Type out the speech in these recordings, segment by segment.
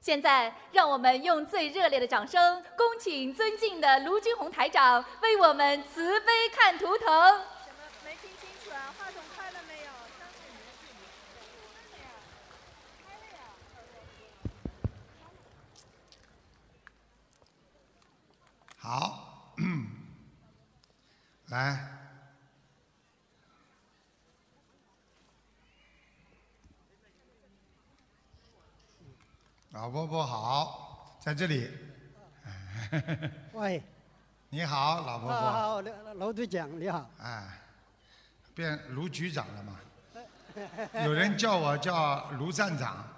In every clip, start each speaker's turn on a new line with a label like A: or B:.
A: 现在，让我们用最热烈的掌声，恭请尊敬的卢军红台长为我们慈悲看图腾。
B: 怎么没听清楚啊？话筒开了没有？
C: 好， 来，老伯伯好，在这里。
D: 喂，
C: 你好，老伯伯。
D: 啊好，刘刘队长你好，
C: 哎，变卢局长了嘛？有人叫 我叫卢站长，啊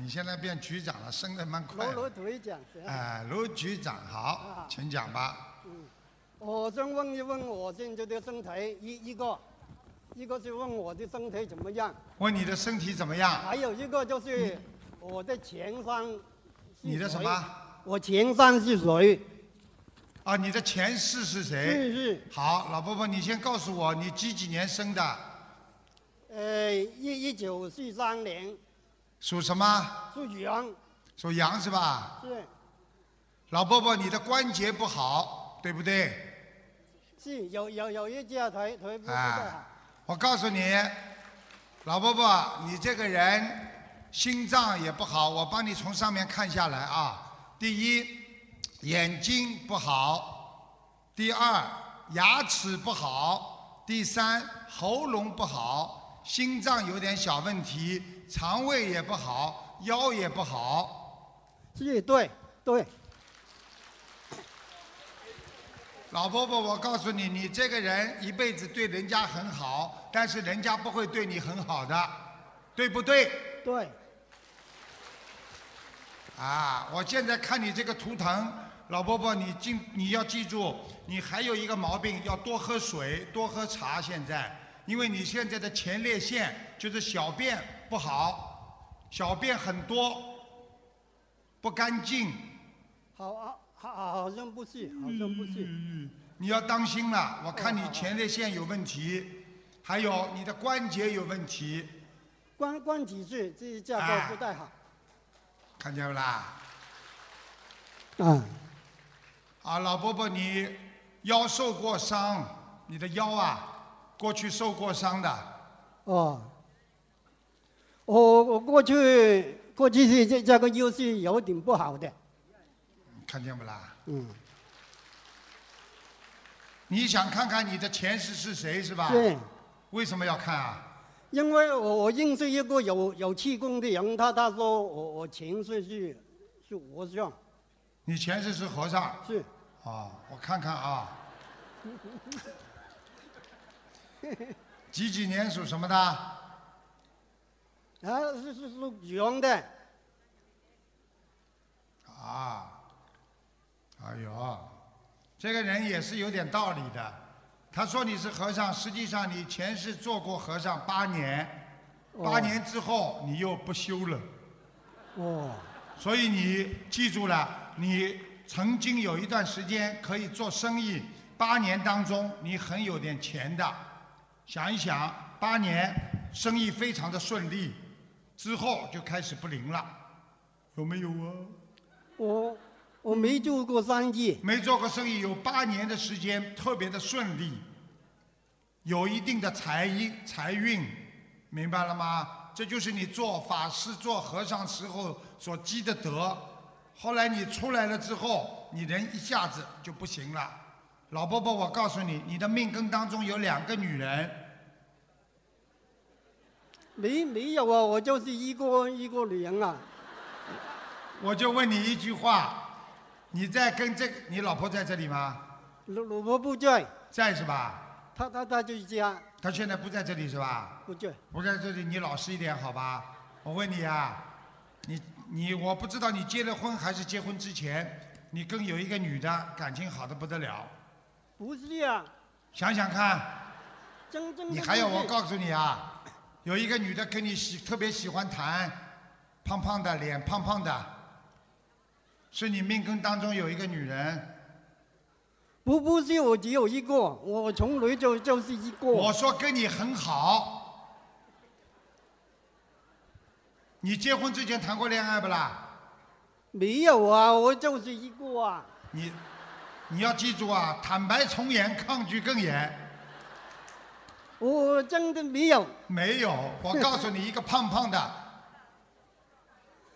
C: 你现在变局长了，升的蛮快
D: 刘
C: 的。
D: 刘队长是啊吧
C: 哎，卢局长好，请讲吧。
D: 我想问一问我现在的身体，一一个，一个是问我的身体怎么样，
C: 问你的身体怎么样？
D: 还有一个就是我的前山。
C: 你的什么？？
D: 我前山是谁？
C: 啊，你的前世是谁？
D: 是是，
C: 好，老伯伯，你先告诉我，你几几年生的？
D: 呃，一一九四三年
C: 属什么？
D: 属羊，
C: 属羊是吧？
D: 是
C: 老伯伯，你的关节不好，对不对？
D: 是有有有一家腿腿不太好
C: 啊，我告诉你，老伯伯，你这个人心脏也不好，我帮你从上面看下来啊。第一，眼睛不好；第二，牙齿不好；第三，喉咙不好，心脏有点小问题，肠胃也不好，腰也不好。
D: 是对对，
C: 老伯伯，我告诉你，你这个人一辈子对人家很好，但是人家不会对你很好的，对不对？
D: 对，
C: 啊，我现在看你这个图腾，老伯伯，你记你要记住，你还有一个毛病，要多喝水，多喝茶。现在，因为你现在的前列腺就是小便不好，小便很多，不干净，
D: 好啊，好好像不是，好像不是。
C: 你要当心了。我看你前列腺有问题，还有你的关节有问题，
D: 关关体制这一架
C: 啊
D: 构不太好。
C: 看见不啦？
D: 啊，
C: 啊，老伯伯，你腰受过伤，你的腰啊，过去受过伤的。
D: 哦，我我过去过去是这这个又是有点不好的，
C: 看见不啦？
D: 嗯，
C: 你想看看你的前世是谁是吧？
D: 对，
C: 为什么要看啊？
D: 因为我我认识一个有有气功的人，他他说我我前世是是和尚，
C: 你前世是和尚
D: 是
C: 哦，我看看啊。 几几年属什么的？
D: 啊是是是羊的，
C: 啊，哎呦，这个人也是有点道理的。他说你是和尚，实际上你前世做过和尚八年，八年之后你又不修了。
D: 哦
C: 所以你记住了，你曾经有一段时间可以做生意，八年当中你很有点钱的。想一想，八年生意非常的顺利，之后就开始不灵了，有没有啊？
D: 我我没做过生意，
C: 没做过生意，有八年的时间特别的顺利，有一定的财运财运，明白了吗？这就是你做法师、做和尚时候所积的德。后来你出来了之后，你人一下子就不行了。老伯伯，我告诉你，你的命根当中有两个女人，
D: 没没有啊，我就是一个一个人啊，
C: 我就问你一句话：你在跟这个你老婆在这里吗？
D: 老老婆不在，
C: 在是吧？
D: 他他他就家
C: 她现在不在这里是吧？
D: 不在。
C: 我在这里，你老实一点好吧？我问你啊，你你我不知道你结了婚还是结婚之前，你跟有一个女的感情好的不得了，
D: 不是啊，
C: 想想看，
D: 真正的
C: 你还有
D: 不
C: 我
D: 是
C: 告诉你啊，有一个女的跟你喜特别喜欢谈，胖胖的脸胖胖的，是你命根当中有一个女人。
D: 不不是我只有一个，我从来就就是一个。
C: 我说跟你很好，你结婚之前谈过恋爱不啦？
D: 没有啊，我就是一个啊。
C: 你你要记住啊，坦白从严，抗拒更严。
D: 我真的没有，
C: 没 有，我告诉你，一个胖胖的，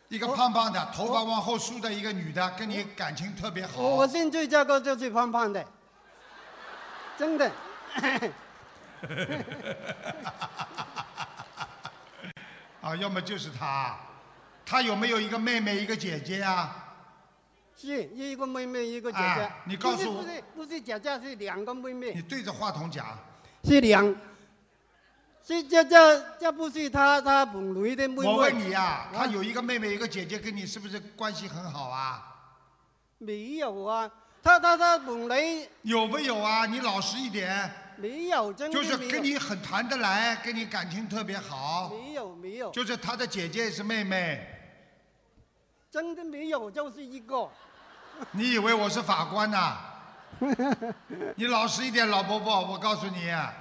C: 一个胖胖的，头发往后梳的一个女的，跟你感情特别
D: 我我
C: 好。
D: 现在这个就是胖胖的，真的。
C: 啊，要么就是她。她有没有一个妹妹，一个姐姐啊？
D: 是一个妹妹，一个姐姐。
C: 哎你告诉我
D: 不是不是不是姐姐，是两个妹妹
C: 你，对着话筒讲，
D: 是两。是这这这不是她她本来的妹妹。
C: 我问你啊，她有一个妹妹，一个姐姐，跟你是不是关系很好啊？
D: 没有啊？她她她本来
C: 有没有啊？你老实一点，
D: 没有，真的
C: 就是
D: 没有
C: 跟你很谈得来，跟你感情特别好，
D: 没有没有，
C: 就是她的姐姐是妹妹。
D: 真的没有，就是一个。
C: 你以为我是法官呐、啊 你老实一点，老伯伯，我告诉你，啊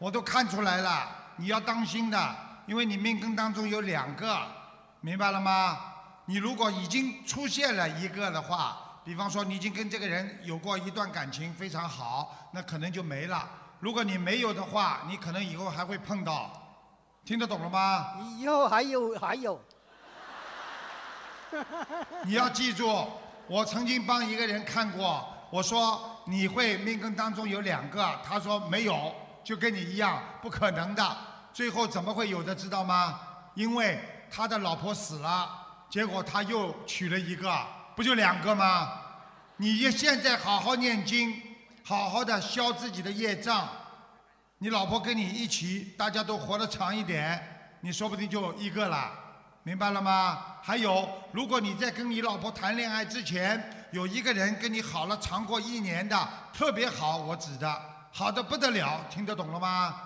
C: 我都看出来了，你要当心的，因为你命根当中有两个，明白了吗？你如果已经出现了一个的话，比方说你已经跟这个人有过一段感情非常好，那可能就没了。如果你没有的话，你可能以后还会碰到，听得懂了吗？
D: 以后还有还有，
C: 你要记住，我曾经帮一个人看过，我说你会命根当中有两个，他说没有，就跟你一样，不可能的。最后怎么会有的，知道吗？因为他的老婆死了，结果他又娶了一个，不就两个吗？你也现在好好念经，好好的消自己的业障，你老婆跟你一起，大家都活得长一点，你说不定就一个了，明白了吗？还有，如果你在跟你老婆谈恋爱之前，有一个人跟你好了长过一年的，特别好，我指的，好的不得了，听得懂了吗？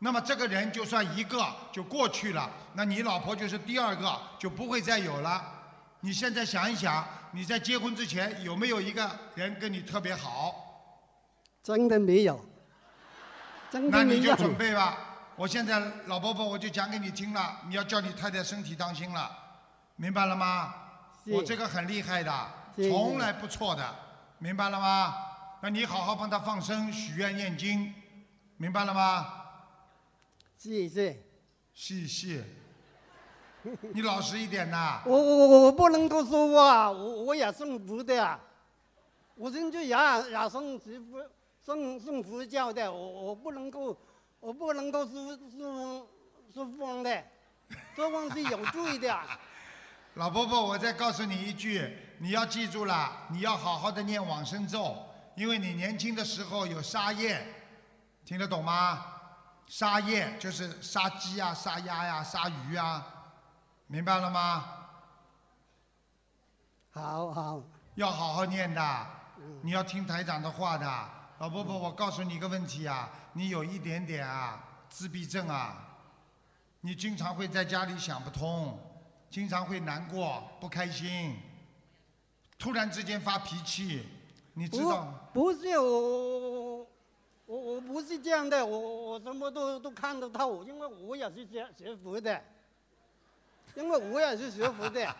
C: 那么这个人就算一个就过去了，那你老婆就是第二个，就不会再有了。你现在想一想，你在结婚之前有没有一个人跟你特别好？
D: 真的没有，真
C: 那
D: 的没
C: 你就
D: 有。
C: 准备吧。我现在老伯伯我就讲给你听了，你要叫你太太身体当心了，明白了吗？
D: 是
C: 我这个很厉害的，
D: 是
C: 从来不错的，明白了吗？那你好好帮他放生、许愿、念经，明白了吗？
D: 是是，
C: 是是， 你老实一点呐。
D: 我我我我不能够说话，我我也信佛的啊，我甚至也也信佛信信佛教的，我我不能够我不能够说说说谎的，说谎是有罪的。啊
C: 老伯伯，我再告诉你一句，你要记住了，你要好好的念往生咒，因为你年轻的时候有杀业，听得懂吗？杀业就是杀鸡啊、杀鸭呀、杀鱼啊，明白了吗？
D: 好好，嗯
C: 要好好念的，你要听台长的话的。老伯伯，我告诉你一个问题啊，你有一点点啊自闭症啊，你经常会在家里想不通，经常会难过、不开心，突然之间发脾气，你 知
D: 不
C: 道？
D: 不是我我我我我不是这样的，我我我什么都都看得透，因为我也是学学佛的，因为我也是学佛的。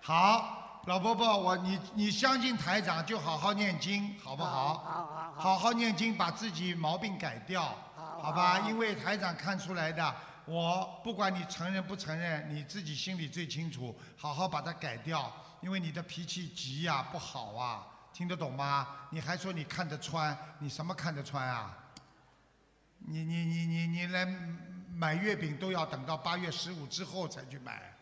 C: 好，老伯伯，我你你相信台长就好好念经，好不
D: 好好好
C: 好好念经，把自己毛病改掉，
D: 好
C: 吧？
D: 好
C: 因为台长看出来的，我不管你承认不承认，你自己心里最清楚，好好把它改掉，因为你的脾气急呀、不好啊，听得懂吗？你还说你看得穿，你什么看得穿啊？你你你你你来买月饼都要等到八月十五之后才去买。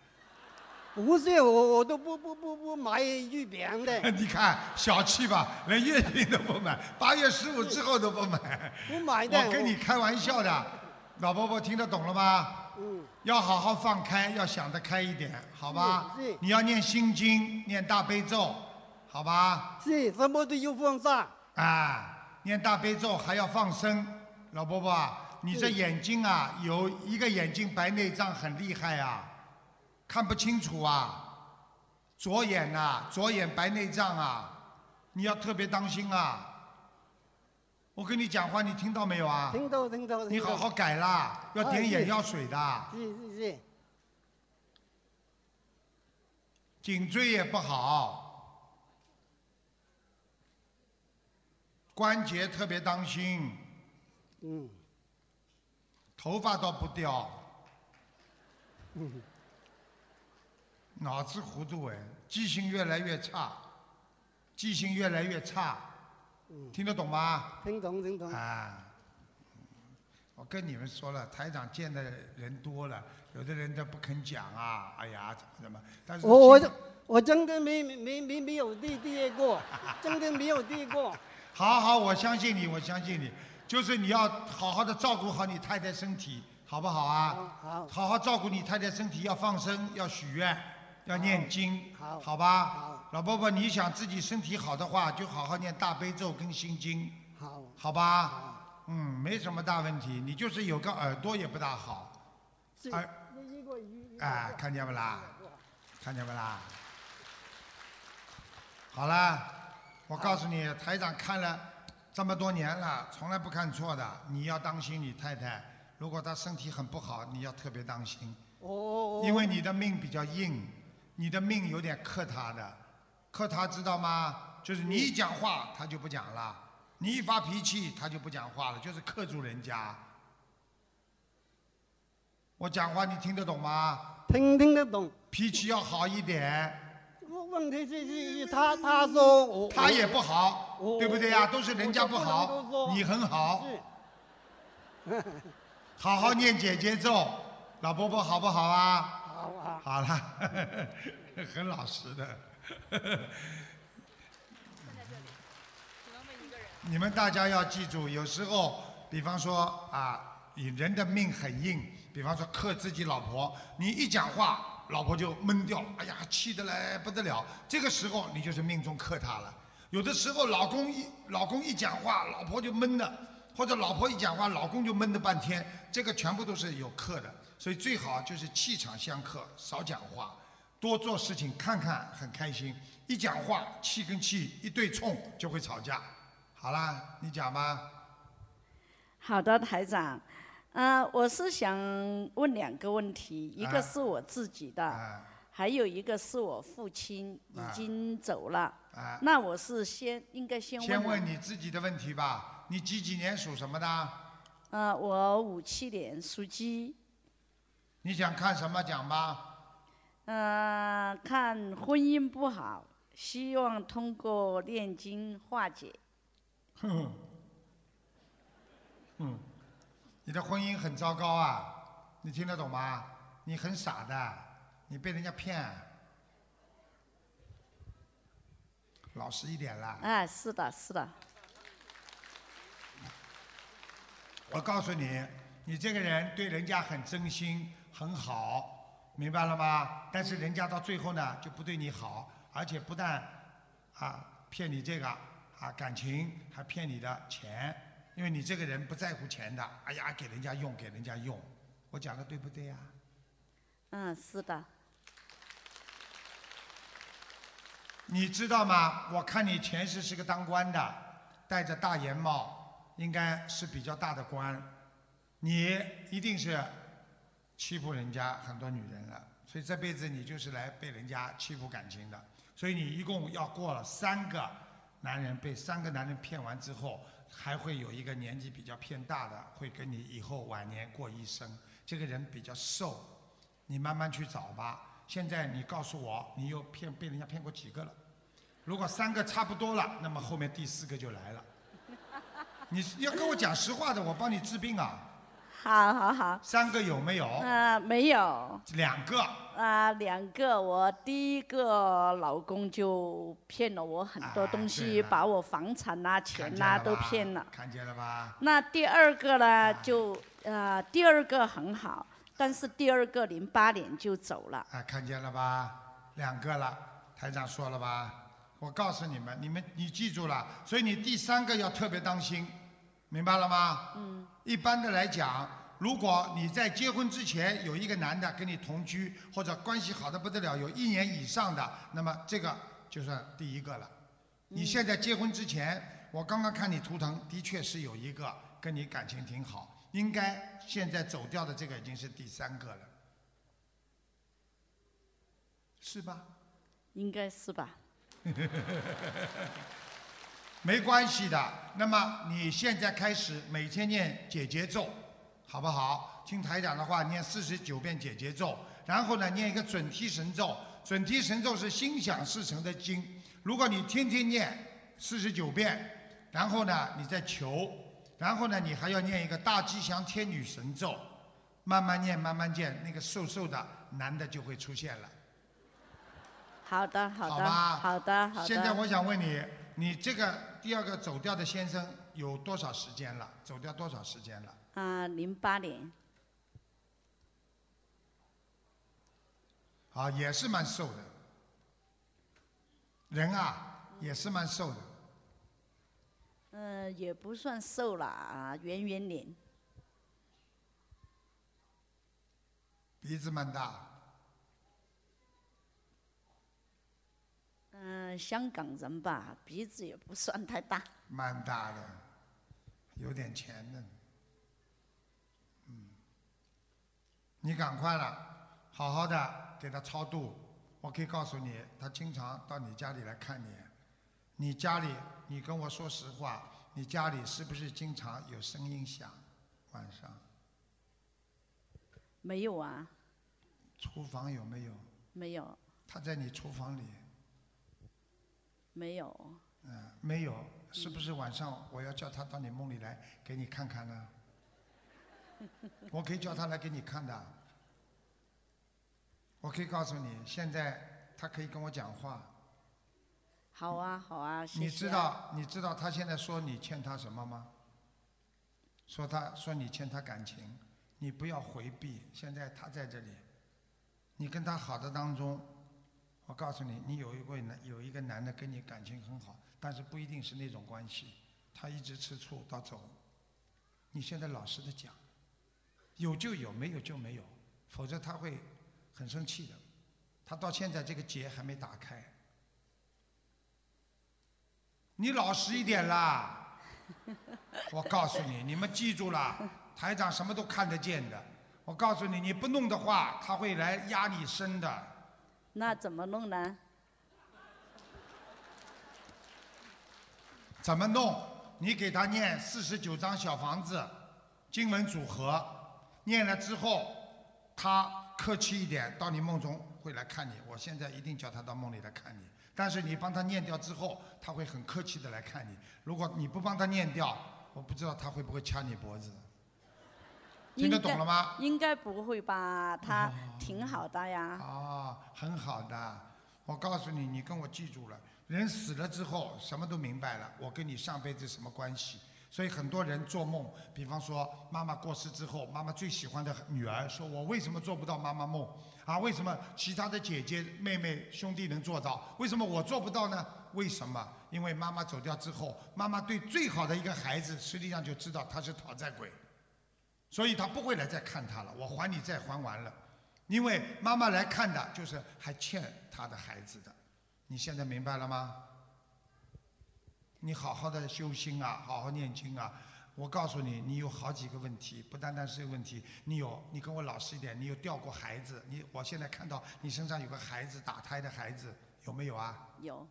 D: 不是我，我都不不不不买玉饼 的，
C: 你看小气吧，连月饼都不买，八月十五之后都不买。
D: 不买的。
C: 我跟你开玩笑的，老伯伯听得懂了吗？
D: 嗯，
C: 要好好放开，要想得开一点，好吧
D: 是是？
C: 你要念心经，念大悲咒，好吧？
D: 是什么都要放下。
C: 啊，念大悲咒还要放生，老伯伯啊，你这
D: 是
C: 眼睛啊，有一个眼睛白内障很厉害啊，看不清楚啊，左眼呐、左眼白内障啊，你要特别当心啊。我跟你讲话，你听到没有啊？
D: 听到听到听到。
C: 你好好改啦，要
D: 啊
C: 点眼
D: 是
C: 药水的。
D: 是是是，
C: 颈椎也不好，关节特别当心，
D: 嗯，
C: 头发倒不掉，
D: 嗯
C: 脑子糊涂哎，记性越来越差，记性越来越差，
D: 嗯，
C: 听得懂吗？
D: 听懂听懂，
C: 啊，我跟你们说了，台长见的人多了，有的人他不肯讲啊，哎呀，怎么怎么，但是
D: 我我
C: 心
D: 我真的没没没没有地跌过，真的没有地过，
C: 好好，我相信你，我相信你，就是你要好好的照顾好你太太身体，好不好啊？
D: 好，
C: 好好照顾你太太身体，要放生，要许愿，要念经，
D: 好
C: 吧？
D: 好，
C: 老伯伯，你想自己身体好的话，就好好念大悲咒跟心经，
D: 好，
C: 好吧？
D: 好，
C: 嗯，没什么大问题，你就是有个耳朵也不大好，
D: 是
C: 哎
D: 一个一，
C: 哎，看见不啦？看见没啦？好了，我告诉你，台长看了这么多年了，从来不看错的。你要当心你太太，如果她身体很不好，你要特别当心，
D: 我我我，
C: 因为你的命比较硬，你的命有点克她的，克她知道吗？就是你一讲话，她就不讲了；你一发脾气，她就不讲话了，就是克住人家。我讲话你听得懂吗？
D: 听听得懂。
C: 脾气要好一点，
D: 问问题是是他他说我
C: 他也不好，
D: 我
C: 对不对呀、
D: 我
C: 都是人家好
D: 我就不能多，说
C: 你很好，
D: 是
C: 好好念姐姐咒，老伯伯好不好啊？
D: 好啊，
C: 好了， 很老实的。
B: 只能问一个人。
C: 你们大家要记住，有时候，比方说啊，你人的命很硬，比方说克自己老婆，你一讲话，老婆就闷掉，哎呀，气得来不得了。这个时候你就是命中克她了。有的时候老公一老公一讲话，老婆就闷的，或者老婆一讲话，老公就闷的半天，这个全部都是有克的。所以最好就是气场相克，少讲话，多做事情，看看很开心。一讲话，气跟气一对冲就会吵架。好啦，你讲吧。
E: 好的，台长，呃，我是想问两个问题，一
C: 啊
E: 个是我自己的，
C: 啊
E: 还有一个是我父亲已
C: 啊
E: 经走了。
C: 啊，
E: 那我是先应该先问，
C: 先问你自己的问题吧。你几几年属什么的？
E: 呃，我五七年属鸡，
C: 你想看什么讲吧？
E: 呃，看婚姻不好，希望通过念经化解。
C: 哼，嗯，你的婚姻很糟糕啊，你听得懂吗？你很傻的，你被人家骗。老实一点啦。
E: 哎，是的，是的，
C: 我告诉你，你这个人对人家很真心，很好，明白了吗？但是人家到最后呢，就不对你好，而且不但啊骗你这个啊感情，还骗你的钱，因为你这个人不在乎钱的。哎呀，给人家用，给人家用，我讲的对不对呀、
E: 嗯，是的，
C: 你知道吗？我看你前世是个当官的，戴着大檐帽，应该是比较大的官。你一定是欺负人家很多女人了，所以这辈子你就是来被人家欺负感情的。所以你一共要过了三个男人，被三个男人骗完之后，还会有一个年纪比较偏大的，会跟你以后晚年过一生。这个人比较瘦，你慢慢去找吧。现在你告诉我，你又骗被人家骗过几个了？如果三个差不多了，那么后面第四个就来了。 你是要跟我讲实话的，我帮你治病啊。
E: 好好好，
C: 三个有没有？
E: 呃，没有。
C: 两个。
E: 啊，两个，我第一个老公就骗了我很多
C: 啊
E: 东
C: 对
E: 西，
C: 了
E: 把我房产呐、
C: 看
E: 钱
C: 见
E: 呐、
C: 了
E: 都
C: 吧
E: 骗了。
C: 看见了吧？
E: 那第二个呢，
C: 啊
E: 就呃，第二个很好，但是第二个零八年就走了。
C: 啊，看见了吧？两个了，台长说了吧？我告诉你们，你们你记住了，所以你第三个要特别当心，明白了吗？嗯。一般的来讲，如果你在结婚之前有一个男的跟你同居，或者关系好的不得了，有一年以上的，那么这个就算第一个了。 你
D: 嗯
C: 现在结婚之前，我刚刚看你图腾，的确是有一个跟你感情挺好，应该现在走掉的这个已经是第三个了，是吧？
E: 应该是吧？
C: 没关系的。那么你现在开始每天念解结咒，好不好？听台长的话，念四十九遍解结咒，然后呢，念一个准提神咒。准提神咒是心想事成的经，如果你天天念四十九遍，然后呢，你再求，然后呢，你还要念一个大吉祥天女神咒，慢慢念，慢慢念，那个瘦瘦的男的就会出现了。
E: 好的，好
C: 好
E: 的，
C: 吧
E: 好的，好的。
C: 现在我想问你，你这个第二个走掉的先生有多少时间了？走掉多少时间了？
E: 啊，零八年
C: 啊，也是蛮瘦的，人啊也是蛮瘦的，
E: 嗯、呃也不算瘦了啊，圆圆脸，
C: 鼻子蛮大，
E: 嗯、香港人吧，鼻子也不算太大，
C: 蛮大的，有点钱的，嗯，嗯你赶快了，好好的给他超度。我可以告诉你，他经常到你家里来看你。你家里，你跟我说实话，你家里是不是经常有声音响？晚上
E: 没有啊，
C: 厨房有没有？
E: 没有，
C: 他在你厨房里，
E: 没有，
C: 嗯、没有，是不是晚上我要叫他到你梦里来给你看看呢？我可以叫他来给你看的。我可以告诉你，现在他可以跟我讲话。
E: 好啊，好啊，谢谢啊
C: 你知道你知道他现在说你欠他什么吗？说他说你欠他感情，你不要回避。现在他在这里，你跟他好的当中，我告诉你，你有一位男有一个男的跟你感情很好，但是不一定是那种关系。他一直吃醋到走，你现在老实的讲，有就有，没有就没有，否则他会很生气的。他到现在这个结还没打开。你老实一点啦！我告诉你，你们记住啦，台长什么都看得见的。我告诉你，你不弄的话，他会来压你身的。
E: 那怎么弄呢？
C: 怎么弄？你给他念四十九张小房子，经文组合，念了之后，他客气一点，到你梦中会来看你。我现在一定叫他到梦里来看你。但是你帮他念掉之后，他会很客气的来看你。如果你不帮他念掉，我不知道他会不会掐你脖子。听得
E: 应该
C: 懂了吗？哦
E: 应该不会吧？他挺好的呀。
C: 啊，很好的。我告诉你，你跟我记住了，人死了之后什么都明白了，我跟你上辈子什么关系？所以很多人做梦，比方说妈妈过世之后，妈妈最喜欢的女儿说：“我为什么做不到妈妈梦啊？为什么其他的姐姐、妹妹、兄弟能做到，为什么我做不到呢？为什么？因为妈妈走掉之后，妈妈对最好的一个孩子，实际上就知道他是讨债鬼，所以他不会来再看他了。我还你债还完了。”因为妈妈来看的就是还欠她的孩子的，你现在明白了吗？你好好的修心啊，好好念经啊。我告诉你，你有好几个问题，不单单是个问题，你有，你跟我老实一点，你有掉过孩子，你我现在看到你身上有个孩子打胎的孩子，有没有啊？
E: 有，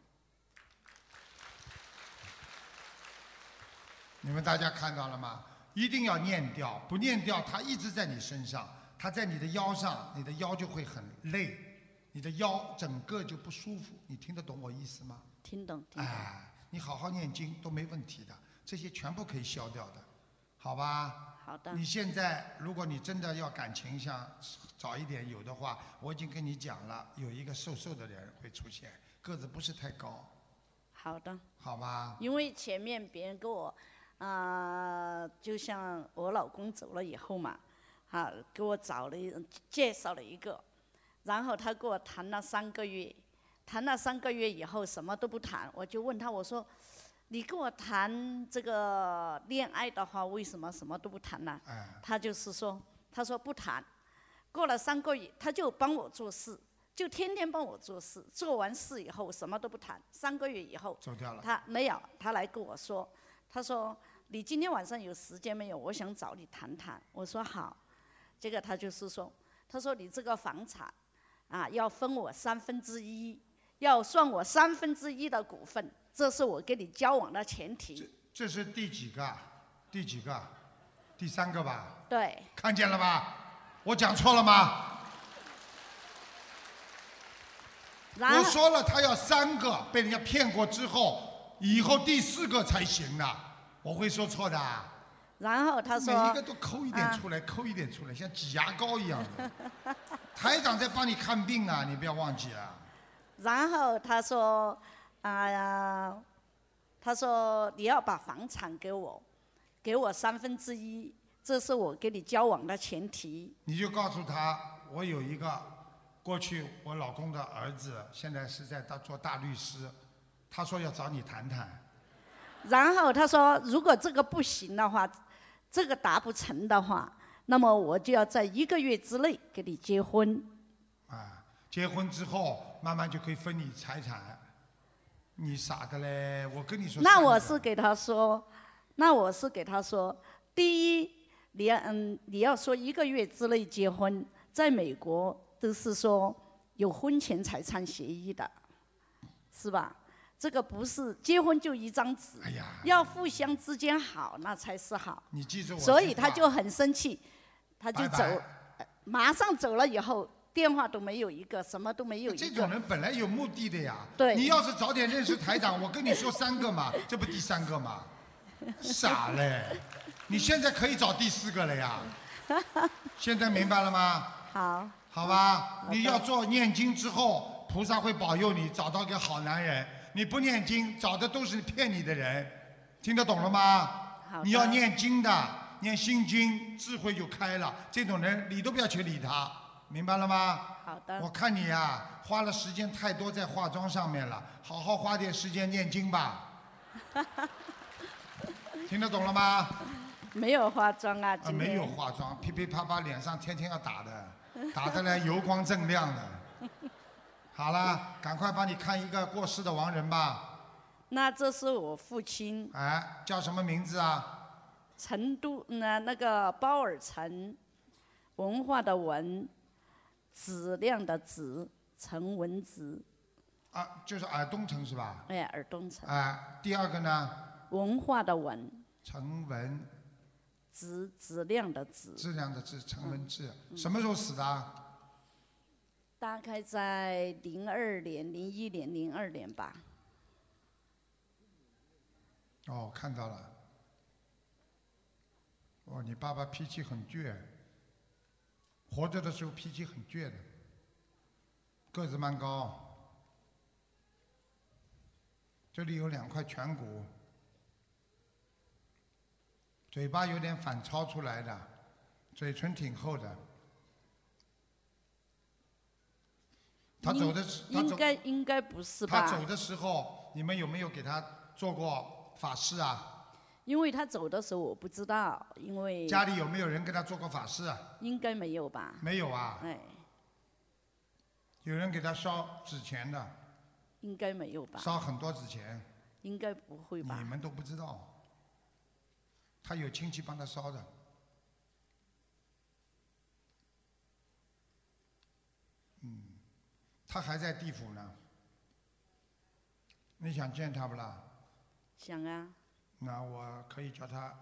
C: 你们大家看到了吗？一定要念掉，不念掉，它一直在你身上，它在你的腰上，你的腰就会很累，你的腰整个就不舒服。你听得懂我意思吗？
E: 听懂，听懂。
C: 哎，你好好念经都没问题的，这些全部可以消掉的，好吧？
E: 好的
C: 你，现在如果你真的要感情上早一点有的话，我已经跟你讲了，有一个瘦瘦的人会出现，个子不是太高，
E: 好的。
C: 好吧？
E: 因为前面别人跟我，啊、就像我老公走了以后嘛，啊，给我找了一介绍了一个，然后他跟我谈了三个月，谈了三个月以后什么都不谈，我就问他我说，你跟我谈这个恋爱的话，为什么什么都不谈呢、
C: 哎，
E: 他就是说，他说不谈。过了三个月，他就帮我做事，就天天帮我做事。做完事以后，什么都不谈。三个月以后，
C: 走掉了。
E: 他没有，他来跟我说，他说你今天晚上有时间没有？我想找你谈谈。我说好，这个他就是说，他说你这个房产啊要分我三分之一，要算我三分之一的股份，这是我跟你交往的前提。
C: 这是第几个？啊第几个？啊第三个吧？
E: 对，
C: 看见了吧？我讲错了吗？
E: 然
C: 我
E: 后
C: 说了，他要三个，被人家骗过之后，以后第四个才行呢。我会说错的啊，
E: 然后哦他
C: 每
E: 说
C: 一个都抠一点出来，抠一点出来，像挤牙膏一样 的。台长在帮你看病啊，你不要忘记啊。
E: 然后他说，啊、呀，他说你要把房产给我，给我三分之一，这是我跟你交往的前提。
C: 你就告诉他，我有一个过去我老公的儿子，现在是在大做大律师，他说要找你谈谈。
E: 然后他说，如果这个不行的话，这个达不成的话，那么我就要在一个月之内跟你结婚。
C: 啊，结婚之后慢慢就可以分你财产。你傻的嘞！我跟你说三
E: 那
C: 个，啊
E: 我是给他说，那我是给他说，第一，你要嗯，你要说一个月之内结婚，在美国都是说有婚前财产协议的，是吧？这个不是结婚就一张纸，
C: 哎呀，
E: 要互相之间好，那才是好。
C: 你记住我这句话。
E: 所以他就很生气，他就
C: 拜
E: 走，呃
C: 拜
E: 马上走了以后，电话都没有一个，什么都没有
C: 哎这
E: 一
C: 种
E: 个。
C: 人本来有目的的呀。
E: 对
C: 你要是早点认识台长，我跟你说三个嘛， 这不第三个嘛？傻嘞！你现在可以找第四个 了呀。现在明白了吗？
E: 好，
C: 好吧，你要做念经之后，菩萨会保佑你找到个好男人。你不念经，找的都是骗你的人，听得懂了吗
E: 好？的
C: 你要念经的，念心经，智慧就开了。这种人理都不要去理他，明白了吗？
E: 好的
C: 我，看你呀、啊花了时间太多在化妆上面了，好好花点时间念 经吧。听得懂了吗？
E: 没有化妆啊，
C: 啊，
E: 今天
C: 没有化妆，噼噼啪啪，脸上天天要打的，打 得来油光锃亮的。好啦，赶快帮你看一个过世的亡人吧。
E: 那这是我父亲
C: 哎，叫什么名字啊？
E: 成都那那个包尔城文化的文，质量的质，陈文质，
C: 啊，就是尔东城是吧？
E: 哎，尔东城
C: 哎，第二个呢，
E: 文化的文，
C: 陈文
E: 质质量的质，
C: 质量的质，陈文质，什么时候死的啊？
E: 大概在零二年、零一年、零二年吧。
C: 哦，看到了。哦，你爸爸脾气很倔，活着的时候脾气很倔的，个子蛮高。这里有两块颧骨，嘴巴有点反超出来的，嘴唇挺厚的。他走的时，他
E: 应
C: 走
E: 该应该不是
C: 他走
E: 吧？
C: 的时候，你们有没有给他做过法事啊？
E: 因为他走的时候我不知道，因为
C: 家里有没有人跟他做过法事？啊？
E: 应该没有吧？
C: 没有啊，
E: 哎，
C: 有人给他烧纸钱的，
E: 应该没有吧？
C: 烧很多纸钱，
E: 应该不会
C: 你
E: 吧？
C: 们都不知道。他有亲戚帮他烧的，嗯，他还在地府呢。你想见他不啦？
E: 想啊，
C: 那我可以叫他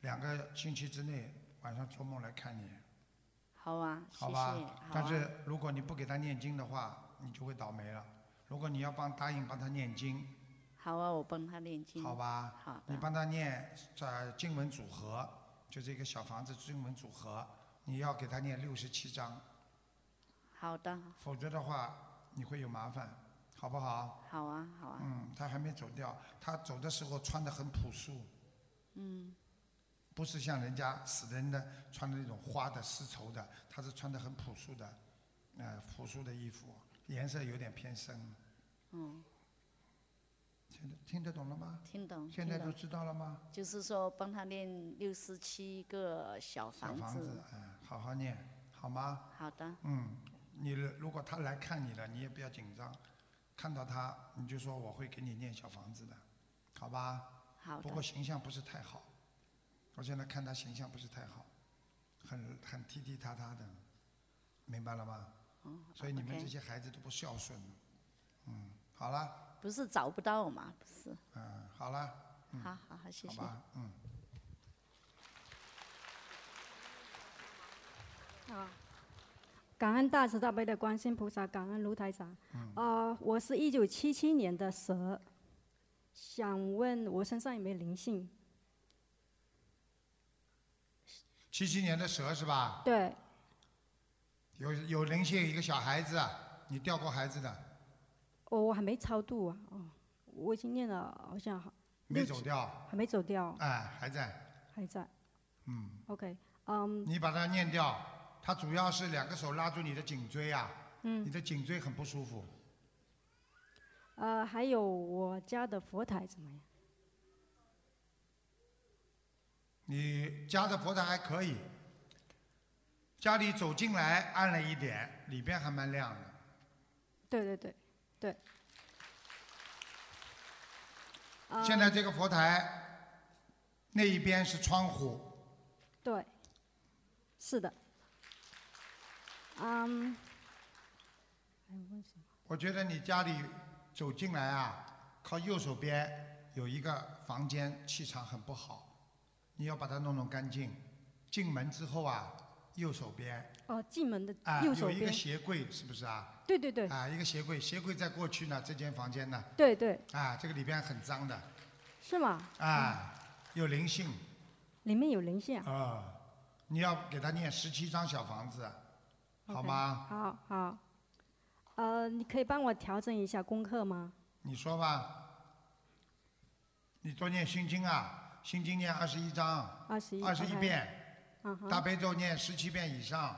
C: 两个星期之内晚上做梦来看你。
E: 好啊，谢
C: 好
E: 谢，
C: 吧？
E: 好
C: 但
E: 啊，
C: 是如果你不给他念经的话，你就会倒霉了。如果你要帮答应帮他念经，
E: 好啊，我帮他念经。
C: 好吧？
E: 好的
C: 你帮他念这经文组合，就是一个小房子经文组合，你要给他念六十七章，
E: 好的，
C: 否则的话你会有麻烦，好不好？
E: 好啊，好啊，
C: 嗯，他还没走掉，他走的时候穿的很朴素，
E: 嗯，
C: 不是像人家死人的穿的那种花的丝绸的，他是穿的很朴素的，呃，朴素的衣服，颜色有点偏深。
E: 嗯，
C: 听得听得懂了吗？
E: 听懂，嗯听
C: 现在都
E: 懂
C: 知道了吗？
E: 就是说帮他念六十七个小
C: 小
E: 房
C: 房
E: 子
C: 子，嗯，好好念，好吗？
E: 好的，
C: 嗯，你如果他来看你了，你也不要紧张，看到他你就说我会给你念小房子的，好吧？
E: 好
C: 不过
E: 的，
C: 形象不是太好，我现在看他形象不是太好，很很踢踢踏踏的，明白了吗？
E: 嗯
C: 所以你们
E: OK
C: 这些孩子都不孝顺，嗯好了，
E: 不是找不到嘛，不是。
C: 嗯，好了，
E: 好好好，谢
C: 好
E: 谢。
C: 吧，嗯。
F: 感恩大慈大悲的观世音菩萨，感恩卢台长。
B: 嗯
F: 呃，我是一九七七年的蛇，想问我身上有没有灵性？
C: 七七年的蛇是吧？
F: 对，
C: 有有灵性，一个小孩子，啊你掉过孩子的，
F: 我我还没超度啊，哦，我已经念了，好像还
C: 没走掉，
F: 还没走掉，
C: 哎，还在，
F: 还在。
C: 嗯。
F: OK，嗯
C: 你把它念掉，它主要是两个手拉住你的颈椎啊，你
F: 嗯，
C: 的颈椎很不舒服。
F: 呃，还有我家的佛台怎么样？
C: 你家的佛台还可以，家里走进来暗了一点，里边还蛮亮的。
F: 对对对，对。呃
C: 现在这个佛台那一边是窗户，
F: 对，是的。嗯，还有问什么？
C: 我觉得你家里走进来啊，靠右手边有一个房间，气场很不好，你要把它弄弄干净。进门之后啊，右手边
F: 哦，进门的
C: 啊
F: 右手
C: 有一个
F: 边。
C: 鞋柜，是不是啊？
F: 对对对
C: 啊，一个鞋柜，鞋柜在过去呢，这间房间呢，
F: 对对，
C: 啊，这个里边很脏的，
F: 是吗？
C: 啊，有灵性
F: 里面有灵性啊。
C: 啊，你要给他念十七张小房子，好
F: OK，
C: 吗？
F: 好好。呃，你可以帮我调整一下功课吗？
C: 你说吧，你多念心经啊，心经念二十一章，
F: 二十一。
C: 二十一。遍，
F: 嗯
C: 大
F: 哼。
C: 悲咒念十七遍以上，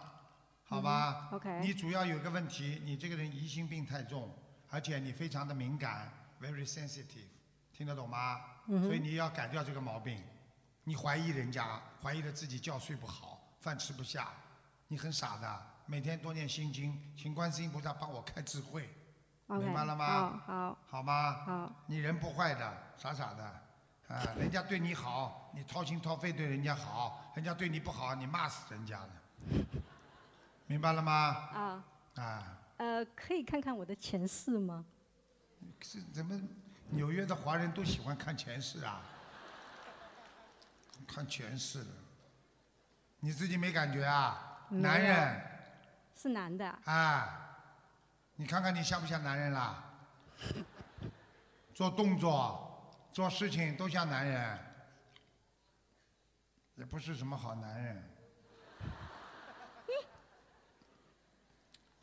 C: 好吧？
F: 嗯
C: 你
F: OK。
C: 主要有一个问题，你这个人疑心病太重，而且你非常的敏感，very sensitive，听得懂吗？
F: 嗯
C: 所以
F: 哼。
C: 你要改掉这个毛病。你怀疑人家，怀疑了自己觉睡不好，饭吃不下，你很傻的。每天多念心经，请观世音菩萨帮我开智慧，
D: 嗯
F: OK。
C: 明白了吗
F: 好
C: 好吗？
F: 好好。
C: 你人不坏的，傻傻的，啊，人家对你好，你掏心掏肺对人家好，人家对你不好，你骂死人家了，明白了吗？
F: 啊，
C: 啊，
F: 呃，可以看看我的前世吗？
C: 是怎么纽约的华人都喜欢看前世啊？看前世的，你自己没感觉啊？
F: 没有
C: 男人
F: 是男的啊。
C: 啊，你看看你像不像男人啦？做动作、做事情都像男人，也不是什么好男人，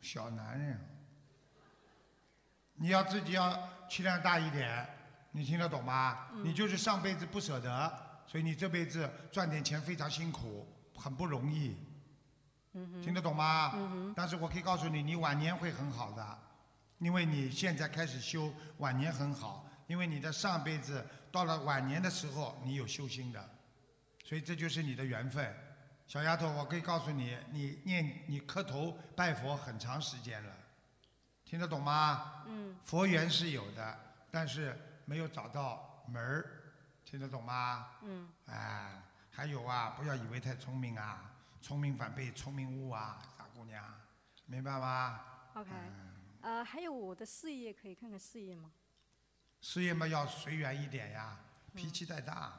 C: 小男人。你要自己要气量大一点，你听得懂吗？你就是上辈子不舍得，所以你这辈子赚点钱非常辛苦，很不容易。
D: 嗯
C: 听得懂吗？但是我可以告诉你，你晚年会很好的，因为你现在开始修，晚年很好，因为你的上辈子到了晚年的时候，你有修心的，所以这就是你的缘分。小丫头，我可以告诉你，你念你磕头拜佛很长时间了，听得懂吗？
F: 嗯。
C: 佛缘是有的，但是没有找到门儿，听得懂吗？
F: 嗯。
C: 哎，还有啊，不要以为太聪明啊，聪明反被聪明误啊，傻姑娘，明白吗？
F: OK，
C: 嗯，
F: 呃，还有我的事业，可以看看事业吗？
C: 事业嘛要随缘一点呀，脾气太大，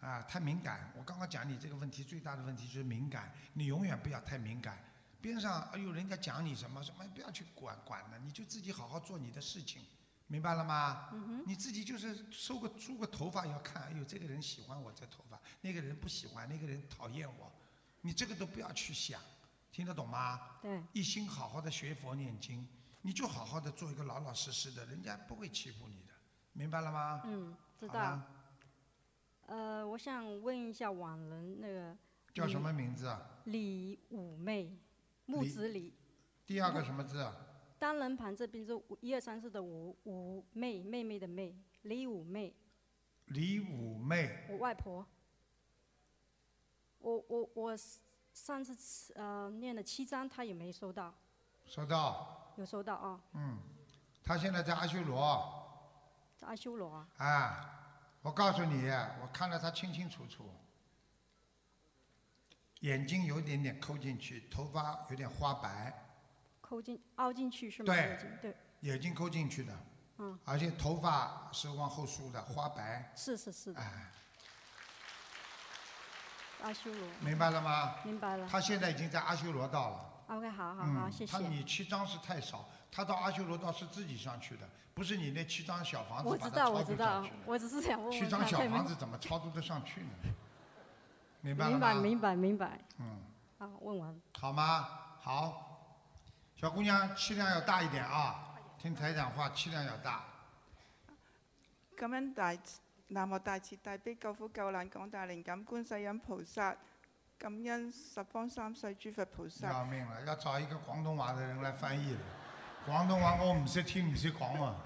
C: 啊，太敏感。我刚刚讲你这个问题最大的问题就是敏感，你永远不要太敏感。边上哎呦，人家讲你什么什么，不要去管管了，你就自己好好做你的事情，明白了吗？
F: 嗯
C: 你自己就是梳个梳个头发要看，哎呦，这个人喜欢我这头发，那个人不喜欢，那个人讨厌我，你这个都不要去想，听得懂吗？
F: 对，
C: 一心好好的学佛念经，你就好好的做一个老老实实的，人家不会欺负你的，明白了吗？
F: 嗯，知
C: 好
F: 道
C: 了。
F: 呃，我想问一下网人那个
C: 叫什么名字啊？
F: 李武媚，木
C: 李
F: 子李，
C: 第二个什么字啊？
F: 单人旁这边是五一二三四的武武媚，妹妹的妹，李武媚，
C: 李武媚，
F: 我外婆。我我我上次吃呃念了七章，她有没有收到？
C: 收到。
F: 有收到啊，
C: 嗯，他现在在阿修罗
F: 在阿修罗啊。
C: 啊。我告诉你，我看了他清清楚楚，眼睛有一点点抠进去，头发有点花白，
F: 抠进凹进去是吗？
C: 对
F: 眼睛对，
C: 眼睛抠进去的，
F: 嗯，
C: 而且头发是往后梳的，花白，
F: 是是是的，
C: 哎，
F: 阿修罗，
C: 明白了吗？
F: 明白了。
C: 他现在已经在阿修罗道了。
F: OK，好好啊好，
C: 嗯，
F: 谢谢
C: 他。你七张是太少，他到阿修罗道是自己上去的，不是你那七张小房
F: 我
C: 子
F: 知
C: 把
F: 道，
C: 他
F: 我
C: 超
F: 知
C: 度
F: 道
C: 上去的。，
F: 我只是想问
C: 七
F: 问
C: 张
F: 他，
C: 小
F: 对
C: 房
F: 吗？
C: 子怎么超度得上去呢？明白了
F: 明
C: 吗？
F: 白，明白，明白。
C: 嗯，
F: 好，问完了。
C: 好吗？好，小姑娘气量要大一点啊，听台长话气量要大。
B: 感恩大南無大慈大悲救苦救難廣大靈感觀世音菩薩，感恩十方三世諸佛菩薩。
C: 要命了，要找一个广东话的人来翻译了。广东话我唔识听，唔识讲啊。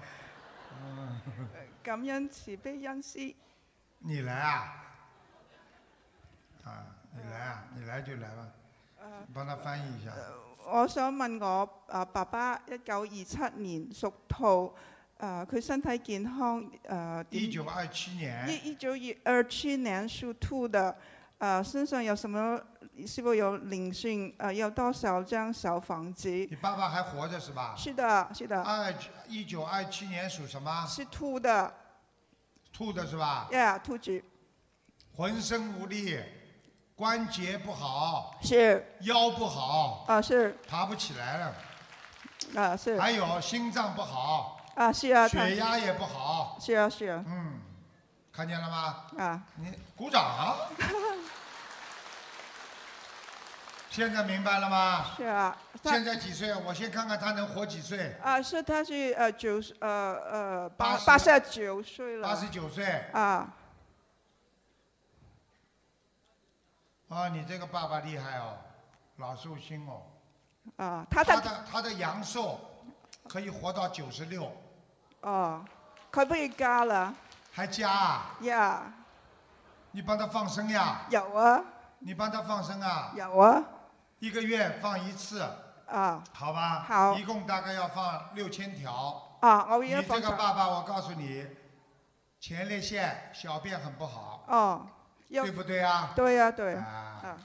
C: 嗯，
B: 呃感恩慈悲恩師，
C: 你来啊？啊，你来啊，你来就来吧，
B: 呃
C: 帮他翻译一下。
B: 我想問我啊爸爸一九二七年屬兔，誒佢身體健康誒
C: 一
B: 點？
C: 九二七年，
B: 一一九二七年屬兔的，誒身上有什麼？是否有靈性？誒有多少張小房子？
C: 你爸爸还活着是吧？
B: 是的，是的，
C: 二一九二七年属什么？
B: 是兔的，
C: 兔的是吧？
B: 呀，兔子
C: 浑身无力，关节不好，
B: 是，
C: 腰不好，
B: 啊是，
C: 爬不起来了。
B: 啊是，
C: 还有心脏不好，
B: 啊是啊，他
C: 血压也不好。
B: 是啊是啊，
C: 嗯，看见了吗？
B: 啊
C: 你鼓掌、啊。 现在明白了吗？
B: 是啊，
C: 现
B: 他
C: 在几岁啊？我先看看他能活几岁。
B: 啊是他是呃九十呃呃
C: 八
B: 八
C: 十
B: 八十九岁
C: 八
B: 了
C: 十，九岁
B: 啊
C: 啊！你这个爸爸厉害哦，老寿星哦。
B: 啊他
C: 他
B: 的
C: 的他的阳寿可以活到九十六，
B: 哦，可不可以加了
C: 还加啊！
B: 呀
C: 你帮他放生呀，
B: 有啊
C: 你帮他放生啊，
B: 有啊
C: 一个月放一次，
B: 啊
C: 好吧？
B: 好
C: 一共大概要放六千条。
B: 啊，我
C: 你
B: 已
C: 这
B: 经放
C: 个
B: 咗
C: 爸爸，我告诉你，前列腺、小便很不好，
B: 哦，有
C: 对不对啊？
B: 对呀对
C: 啊，
B: 啊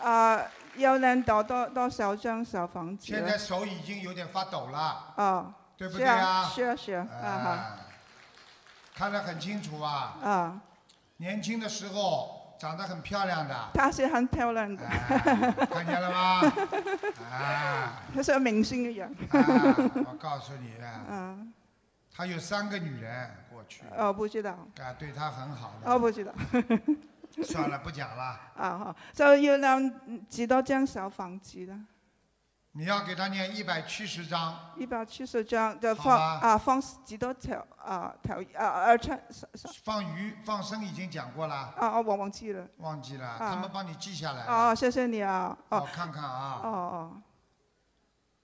B: 啊有人多多多少张小房子
C: 现在手已经有点发抖了，
B: 啊？
C: 对不
B: 是
C: 对
B: 啊
C: 啊？
B: 是啊是啊啊
C: 啊，看得很清楚啊，
B: 哈啊，
C: 年轻的时候长得很漂亮的，
B: 他是很漂亮的。
C: 啊看见了吗？啊，
B: 佢想明星嘅 人，
C: 啊我告诉你，
B: 啊，
C: 他有三个女人过去，
B: 我哦不哦知道，
C: 啊，对他很好
B: 我
C: 的。
B: 不知道，
C: 算了，不讲了。
B: 啊，好就要諗幾多張小房子啦？
C: 你要给他念一百七十章，
B: 一百七十張就
C: 好
B: 放
C: 啊
B: 啊，放幾多條啊條啊二七
C: 放鱼放生已经讲过了，
B: 啊，我忘記了。
C: 忘记了，
B: 啊
C: 他们帮你记下来
B: 哦，
C: 了。
B: 謝謝你啊，
C: 我
B: 哦
C: 看看
B: 哦
C: 啊，
B: 哦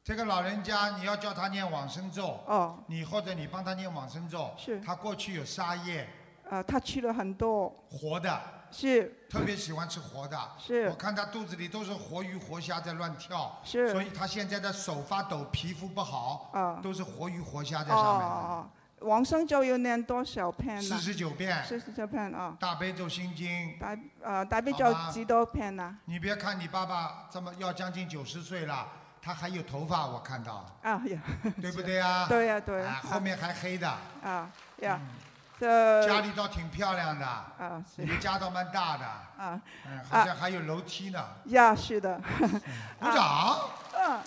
C: 这个老人家你要叫他念往生咒，
B: 哦，
C: 你或者你帮他念往生咒，
B: 是
C: 他过去有沙叶，
B: 啊，他去了很多，
C: 活的，
B: 是
C: 特别喜欢吃活的。我
B: 是
C: 看他肚子里都是活鱼活虾在乱跳，所
B: 是
C: 以他现在的手发抖，皮肤不好，
B: 啊，
C: 都是活鱼活虾
B: 哦
C: 在上面
B: 哦，哦往生咒要念多少
C: 的。
B: 篇
C: 四
B: 啊？
C: 十九遍
B: 四十九篇啊，
C: 大悲咒心经，
B: 大啊大悲咒
C: 好吧
B: 幾多篇啊？
C: 你别看你爸爸这么要将近九十岁了，他还有头发，我看到，
B: 啊呀，
C: 对不对 啊？
B: 對啊對
C: 啊，
B: 啊。
C: 后面还黑的，
B: 啊呀，
C: 嗯家
B: 这
C: 里倒挺漂亮的，
B: 啊
C: 你
B: 是
C: 们家倒蛮大的，
B: 啊
C: 嗯，好像还有楼梯呢。
B: 呀是的，
C: 鼓掌，
B: 嗯，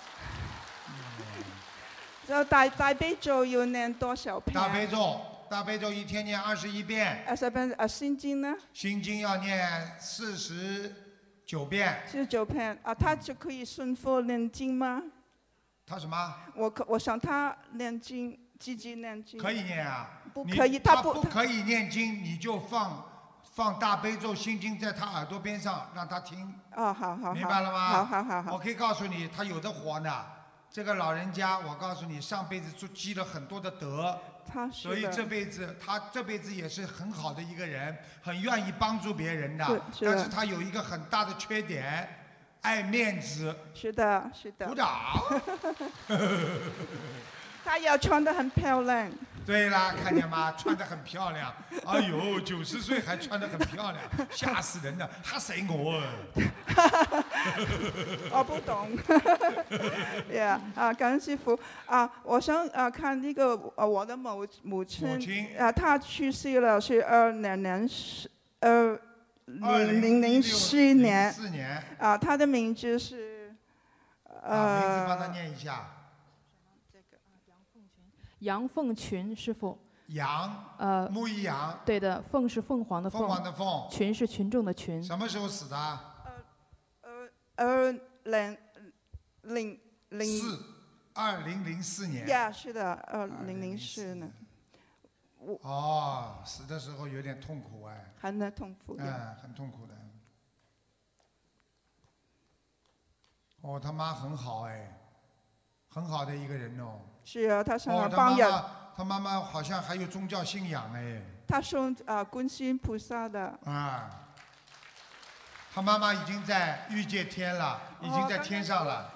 B: 就大大悲咒要念多少篇？
C: 大悲咒，大悲咒一天念二十一遍，
B: 二十篇啊，心经呢
C: 心经要念四十九遍。
B: 是九篇啊，他就可以顺佛念经吗？
C: 他什么
B: 我可我想他念经，自己念经，
C: 可以念啊？
B: 嗯不
C: 你
B: 可以？
C: 他
B: 不
C: 可以念经，你就放放大悲咒心经在他耳朵边上，让他听。
B: 哦，好好好，
C: 明白了吗
B: 好好好
C: 我
B: 好，
C: 可以告诉你，他有的活呢。这个老人家，我告诉你，上辈子就积了很多的德，
B: 他
C: 所
B: 是
C: 以这
B: 的，
C: 辈子他这辈子也是很好的一个人，很愿意帮助别人的。
B: 是是的
C: 但是他有一个很大的缺点，爱面子。
B: 是的，是
C: 鼓
B: 的，
C: 掌。
B: 他要穿得很漂亮，
C: 对啦，看见吗？穿得很漂亮。哎呦，九十岁还穿得很漂亮，吓死人了！吓死我啊！
B: 我不懂。yeah，啊， 感恩师傅啊，我想啊看那个啊我的母母亲
C: 母亲
B: 啊，她去世了，是二零零四二
C: 二
B: 呃零零零四年
C: 四年。
B: 啊，她的名字是
C: 啊，名字帮他
B: 呃
C: 念一下，
G: 杨凤群师傅，
C: 杨，
G: 呃，
C: 木一杨，
G: 对的，凤是凤凰的
C: 凤凰
G: 凤，
C: 的凤，
G: 群是群众的群。
C: 什么时候死的？
B: 呃二零零零
C: 四，二零零四年。
B: ，yeah，是的，二零零
C: 2004
B: 四呢，
C: 哦，死的时候有点痛苦哎，
B: 很的痛苦。yeah
C: 嗯，很痛苦的。哦，他妈很好哎，很好的一个人哦。
B: 是啊，她想
C: 哦
B: 要，
C: 他妈
B: 帮人，
C: 妈，他妈妈好像还有宗教信仰哎，
B: 她送啊观世音菩萨的，
C: 啊，他妈妈已经在欲界天了，
B: 哦
C: 已经在天上了，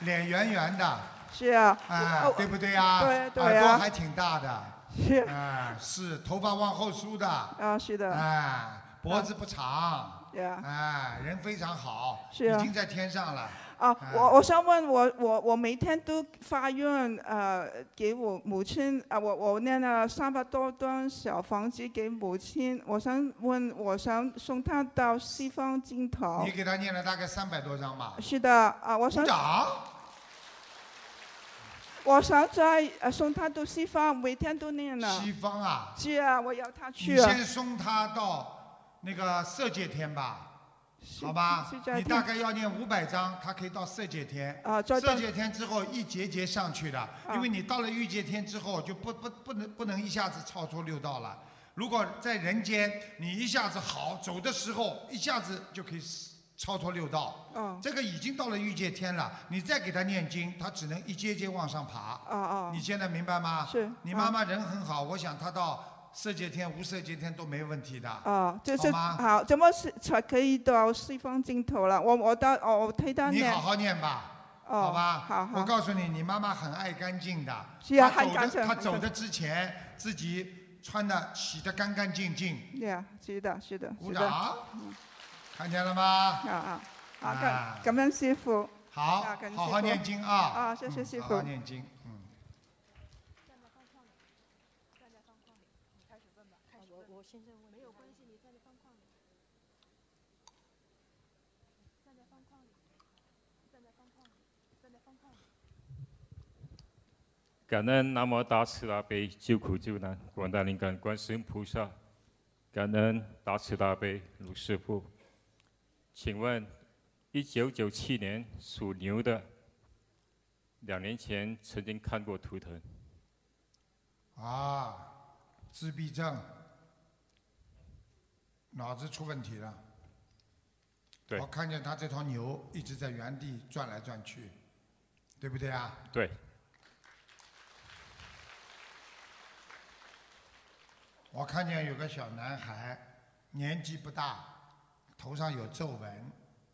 C: 脸圆圆的。
B: 是啊，
C: 啊
B: 我，
C: 对不对呀？
B: 对对
C: 耳朵
B: 呀
C: 还挺大的，
B: 是
C: 啊，是头发往后梳的，
B: 啊，是的
C: 啊，脖子不长，
B: ，yeah。
C: 啊，人非常好，
B: 是啊
C: 已经在天上了，
B: 啊
C: 啊，
B: 我我想问我我我每天都发愿呃给我母亲啊、我我念了三百多栋小房子给母亲，我想问我想送她到西方尽头
C: 你。给他念了大概三百多张吧，
B: 是的啊，我
C: 鼓
B: 想
C: 掌，
B: 我想再、呃、送她到西方，每天都念呢。
C: 西方啊，
B: 是啊，我要她
C: 你
B: 去啊。
C: 先送他到那个色界天吧，
B: 是
C: 好吧
B: 是这？样
C: 你大概要念五百张，他可以到色界天。
B: 啊，再
C: 色
B: 等
C: 界天之后一节节上去的，
B: 啊
C: 因为你到了欲界天之后就不不不能不能一下子超出六道了。如果在人间你一下子好走的时候，一下子就可以超脱六道，
B: 哦
C: 这个已经到了欲界天了。你再给他念经，他只能一阶阶往上爬。
B: 哦哦
C: 你，现在明白吗？
B: 是
C: 你妈妈人很好，我想她到色界天、无色界天都没问题的。
B: 哦，就是
C: 好吗
B: 好，怎么是才可以到西方尽头了？我我到哦我我替她
C: 你
B: 念
C: 好。好念吧。
B: 哦，
C: 好吧，
B: 好
C: 我
B: 好。
C: 告诉你，你妈妈很爱干净的。
B: 是啊
C: 她
B: 很
C: 走的，
B: 干净
C: 她
B: 很
C: 走
B: 干
C: 的之前自己穿的洗的干干净净。
B: Yeah，是的，是的，
C: 鼓
B: 是的。
C: 掌，看见了吗？
B: 啊啊啊！
C: 啊
B: 感感恩师傅
C: 好
B: 啊感，谢
C: 好好
B: 师父
C: 念经啊，
B: 啊，谢谢师
C: 好
B: 傅
C: 好。念经。嗯，
H: 感恩南无大慈大悲救苦救难广大灵感观世音菩萨，感恩大慈大悲卢师傅。请问，一九九七年属牛的，两年前曾经看过图腾，
C: 啊，自闭症，脑子出问题了。
H: 对
C: 我看见他这头牛一直在原地转来转去，对不对啊？
H: 对，
C: 我看见有个小男孩，年纪不大，头上有皱纹，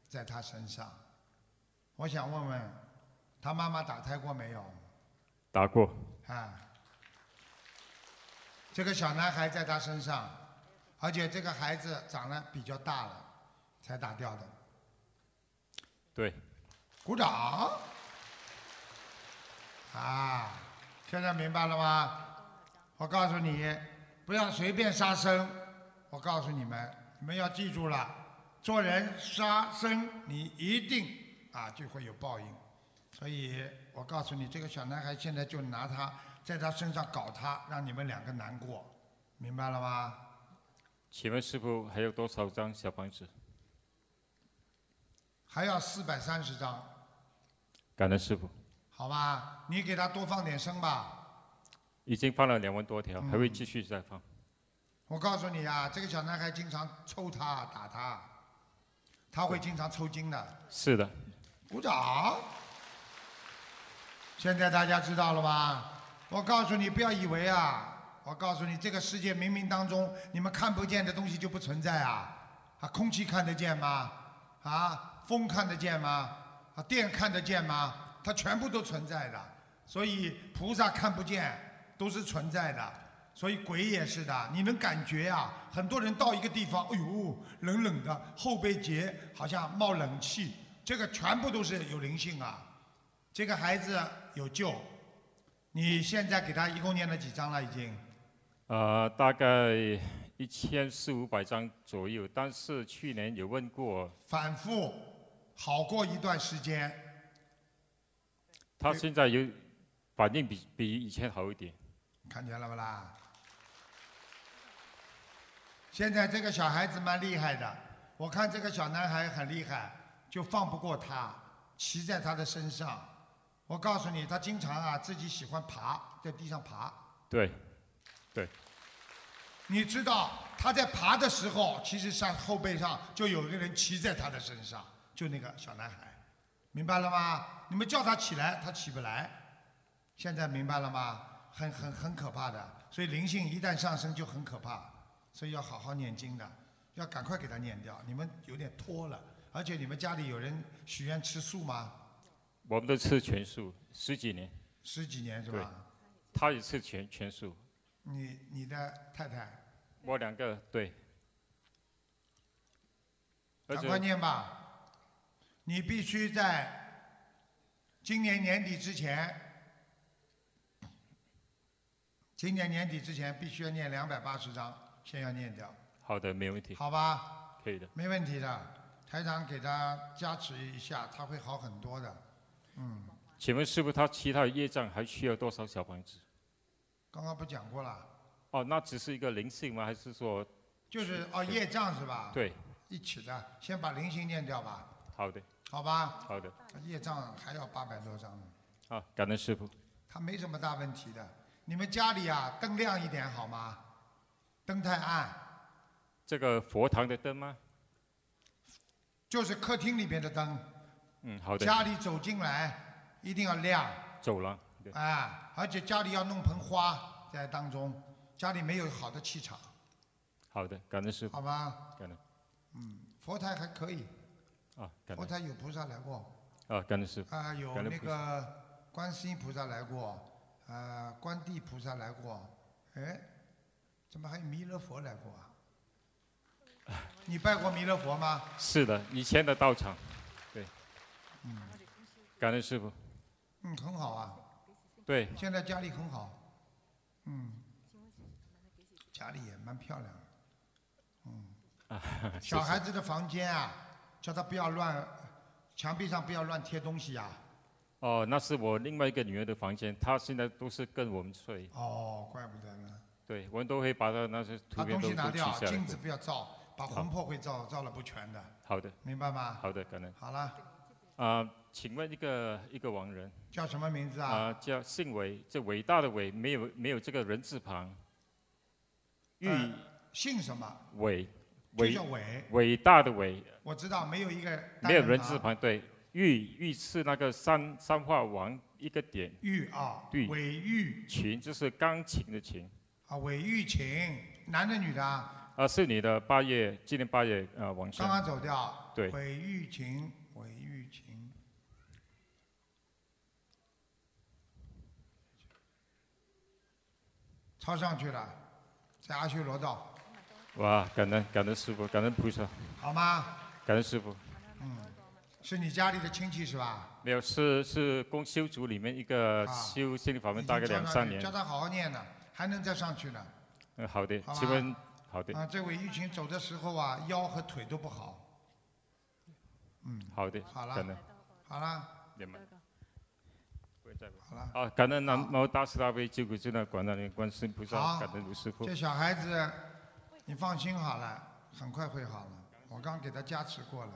C: 在他身上。我想问问，他妈妈打胎过没有？
H: 打过，
C: 啊，这个小男孩在他身上，而且这个孩子长得比较大了，才打掉的。
H: 对，
C: 鼓掌。啊，现在明白了吗？我告诉你，不要随便杀生。我告诉你们，你们要记住了，做人杀生，你一定啊就会有报应。所以我告诉你，这个小男孩现在就拿他在他身上搞他，让你们两个难过，明白了吗？
H: 请问师傅还有多少张小房子？
C: 还要四百三十张，
H: 感恩师傅，
C: 好吧？你给他多放点生吧。
H: 已经放了两万多条，还会继续再放。
C: 我告诉你啊，这个小男孩经常抽他、打他，他会经常抽筋的。
H: 是的，
C: 鼓掌！现在大家知道了吧？我告诉你，不要以为啊，我告诉你，这个世界冥冥当中，你们看不见的东西就不存在啊！啊，空气看得见吗？啊，风看得见吗？啊，电看得见吗？它全部都存在的。所以菩萨看不见，都是存在的。所以鬼也是的，你能感觉啊，很多人到一个地方，哎呦，冷冷的，后背节好像冒冷气，这个全部都是有灵性啊。这个孩子有救，你现在给他一共念了几章了？已经
H: 呃，大概一千四五百张左右。但是去年有问过，
C: 反复好过一段时间，
H: 他现在有反应比比以前好一点。
C: 看见了不啦？现在这个小孩子蛮厉害的，我看这个小男孩很厉害，就放不过他，骑在他的身上。我告诉你，他经常啊自己喜欢爬，在地上爬。
H: 对，
C: 你知道他在爬的时候，其实上后背上就有一个人骑在他的身上，就那个小男孩，明白了吗？你们叫他起来，他起不来。现在明白了吗？很很很可怕的，所以灵性一旦上升就很可怕，所以要好好念经的，要赶快给他念掉。你们有点拖了，而且你们家里有人许愿吃素吗？
H: 我们都吃全素十几年，
C: 十几年是
H: 对
C: 吧？
H: 他也吃全全素，
C: 你你的太太，
H: 我两个对。而
C: 赶
H: 且
C: 快念吧，你必须在今年年底之前，今年年底之前必须要念两百八十章，先要念掉，
H: 好的，没问题，
C: 好吧？
H: 可以的。
C: 没问题的，台长给他加持一下，他会好很多的。嗯，
H: 请问师傅，他其他的业障还需要多少小房子？
C: 刚刚不讲过了，
H: 哦，那只是一个灵性吗？还是说
C: 就是哦业障是吧？，
H: 对？
C: 一起的，先把灵性念掉吧，
H: 好的，
C: 好吧？
H: 好的，
C: 业障还要八百多张呢。
H: 好，感恩师傅。
C: 他没什么大问题的。你们家里啊，灯亮一点好吗？灯太暗，
H: 这个佛堂的灯吗？
C: 就是客厅里边的灯，
H: 嗯，好的，
C: 家里走进来一定要亮
H: 走了。对，
C: 啊！而且家里要弄盆花在当中，家里没有好的气场，
H: 好的，感恩师傅，
C: 好吧？
H: 感恩
C: 嗯，佛台还可以，
H: 啊，感
C: 佛
H: 恩
C: 台有菩萨来过
H: 啊，感恩师傅，
C: 啊，有
H: 感恩
C: 那
H: 菩
C: 个观世音菩萨来过，呃，观地菩萨来过，哎，怎么还有弥勒佛来过啊？你拜过弥勒佛吗？
H: 是的，以前的道场，对，
C: 嗯
H: 感恩师傅，
C: 嗯，很好啊，
H: 对，
C: 现在家里很好，嗯，家里也蛮漂亮的，
H: 啊
C: 嗯，小孩子的房间啊，叫他不要乱，墙壁上不要乱贴东西啊。
H: 哦，那是我另外一个女儿的房间，她现在都是跟我们睡，
C: 哦，怪不得呢，
H: 对，我们都会把她那些图
C: 把
H: 片
C: 东
H: 都
C: 西拿
H: 都取
C: 掉，啊
H: 下来
C: 镜。子不要照，把魂魄会照照了不全的，
H: 好的，
C: 明白吗？
H: 好的，感恩。
C: 好了，
H: 啊，请问一个一个亡人
C: 叫什么名字啊？
H: 啊，叫姓韦，这伟大的伟，没有没有这个人字旁，玉
C: 呃姓什么？
H: 伟
C: 就
H: 伟
C: 叫伟，
H: 伟大的伟，
C: 我知道没有一个单
H: 没有人
C: 旁
H: 字旁，对，玉玉是那个三三画王一个点，
C: 玉啊，
H: 玉
C: 伟玉
H: 琴就是钢琴的琴，
C: 啊，韦玉琴，男的女的啊？
H: 啊，是你的八月，今年八月呃往
C: 刚
H: 生，
C: 刚走掉。
H: 对
C: 韦玉琴，韦玉琴。抄上去了，在阿修罗道，
H: 哇，感恩感恩师傅，感恩菩萨，
C: 好吗？
H: 感恩师傅，
C: 是你家里的亲戚是吧？
H: 没有是是公修组里面一个
C: 啊
H: 呃修心理法
C: 我
H: 门大概两三年
C: 叫，他好好念呢，还能再上去呢。
H: 嗯，好的
C: 好，吧
H: 请问好的
C: 啊，这韦玉琴走的时候啊，腰和腿都不好。嗯，
H: 好的，
C: 好了
H: 感恩
C: 好了，
H: 你们。不会再问
C: 好了。
H: 好，啊感恩南无大慈大悲救苦救难广大灵观世音菩萨，
C: 好
H: 感恩卢师傅
C: 这。小孩子，你放心好了，很快会好了。我刚给他加持过了，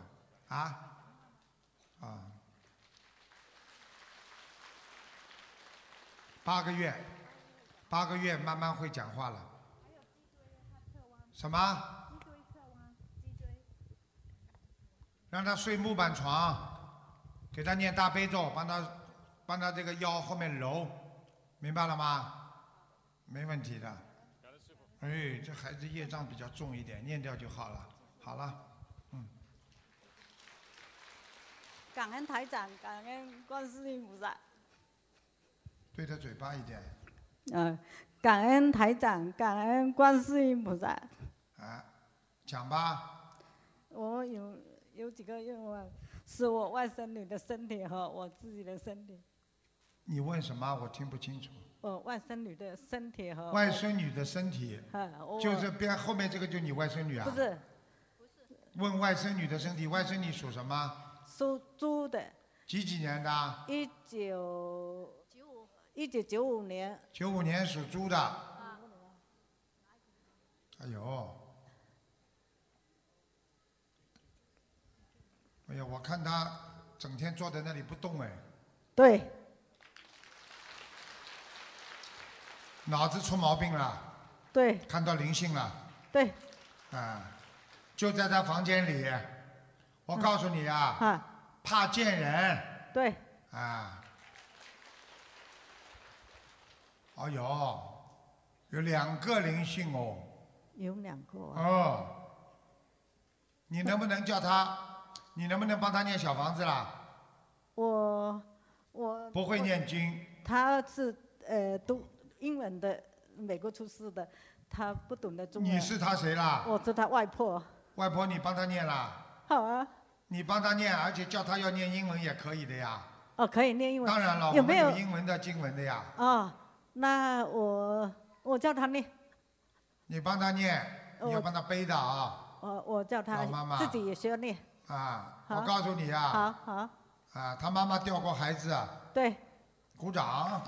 C: 啊，啊，八个月，八个月慢慢会讲话了。什么？让他睡木板床，给他念大悲咒，帮他帮他这个腰后面揉，明白了吗？没问题的。哎，这孩子业障比较重一点，念掉就好了。好了，
E: 感恩台长，感恩观世音菩萨。
C: 对着嘴巴一点。
I: 呃，感恩台长，感恩观世音菩萨。
C: 啊，讲吧，
I: 我有有几个愿望，是我外甥女的身体和我自己的身体，
C: 你问什么？我听不清楚。
I: 我外甥女的身体和我
C: 外孙女的身体，
I: 啊哦我
C: 就是边后面这个就你外孙女啊
I: 不？是
C: 问外孙女的身体，外孙女属什么？
I: 属猪的，
C: 几几年的啊？
I: 一九一九九五年，
C: 九五年属猪的。
I: 啊
C: 哎呦，哎呀，我看他整天坐在那里不动哎，
I: 对，
C: 脑子出毛病了，
I: 对
C: 看到灵性了。
I: 对。
C: 啊，就在他房间里。我告诉你啊，怕见人。
I: 对。
C: 啊。哎呦，有两个灵性哦。
I: 有两个啊、
C: 哦，你能不能叫他？你能不能帮他念小房子啦？
I: 我我
C: 不会
I: 我
C: 念经，
I: 他是呃读英文的，美国出世的，他不懂得中文。
C: 你是他谁啦？
I: 我是他外婆。
C: 外婆，你帮他念啦，
I: 好啊，
C: 你帮他念，而且叫他要念英文也可以的呀。
I: 哦，可以念英文。
C: 当然了，
I: 有
C: 我
I: 没
C: 们
I: 有
C: 有？英文的、经文的呀，
I: 哦，那我我叫他念，
C: 你帮他念，你要
I: 我
C: 帮他背的啊
I: 我我叫他
C: 老妈妈
I: 自己也需要念。
C: 啊！
I: 好
C: 我告诉你啊，
I: 好好，
C: 啊，他妈妈掉过孩子，啊
I: 对，
C: 鼓掌。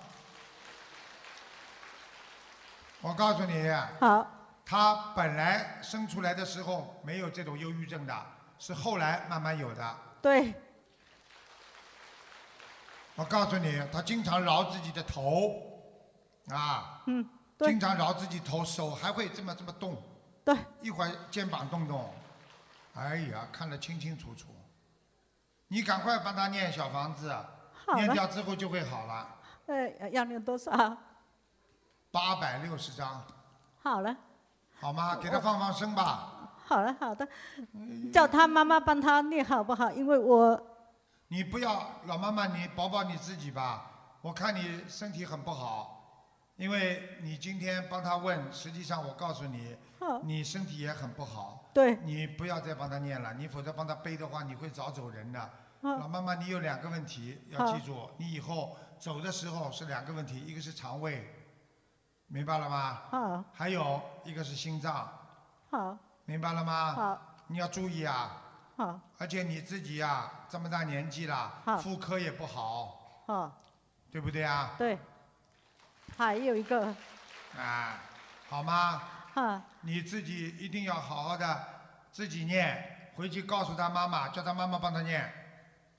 C: 我告诉你，
I: 好，
C: 他本来生出来的时候没有这种忧郁症的，是后来慢慢有的。
I: 对，
C: 我告诉你，他经常挠自己的头，啊，
I: 嗯，对
C: 经常挠自己头，手还会这么这么动，
I: 对，
C: 一会儿肩膀动动，哎呀，看得清清楚楚。你赶快帮他念小房子，
I: 好
C: 念
I: 了
C: 掉之后就会好了。
I: 呃，要念多少？
C: 八百六十张，
I: 好了，
C: 好吗？给他放放生吧。
I: 好了，好的，叫他妈妈帮他念好不好？因为我
C: 你不要老妈妈，你保保你自己吧。我看你身体很不好，因为你今天帮他问，实际上我告诉你，
I: 哦
C: 你身体也很不好。
I: 对
C: 你不要再帮他念了，你否则帮他背的话，你会早走人的。
I: 嗯
C: 老妈妈，你有两个问题要
I: 好
C: 记住，你以后走的时候是两个问题，一个是肠胃，明白了吗？
I: 好
C: 还有一个是心脏，
I: 好
C: 明白了吗？
I: 好
C: 你要注意啊，
I: 好
C: 而且你自己呀、啊这么大年纪了，
I: 好
C: 妇科也不好，
I: 好，
C: 对不对啊？
I: 哦对，还有一个
C: 啊，好吗？
I: 哈，
C: 你自己一定要好好的自己念，回去告诉他妈妈，叫他妈妈帮他念。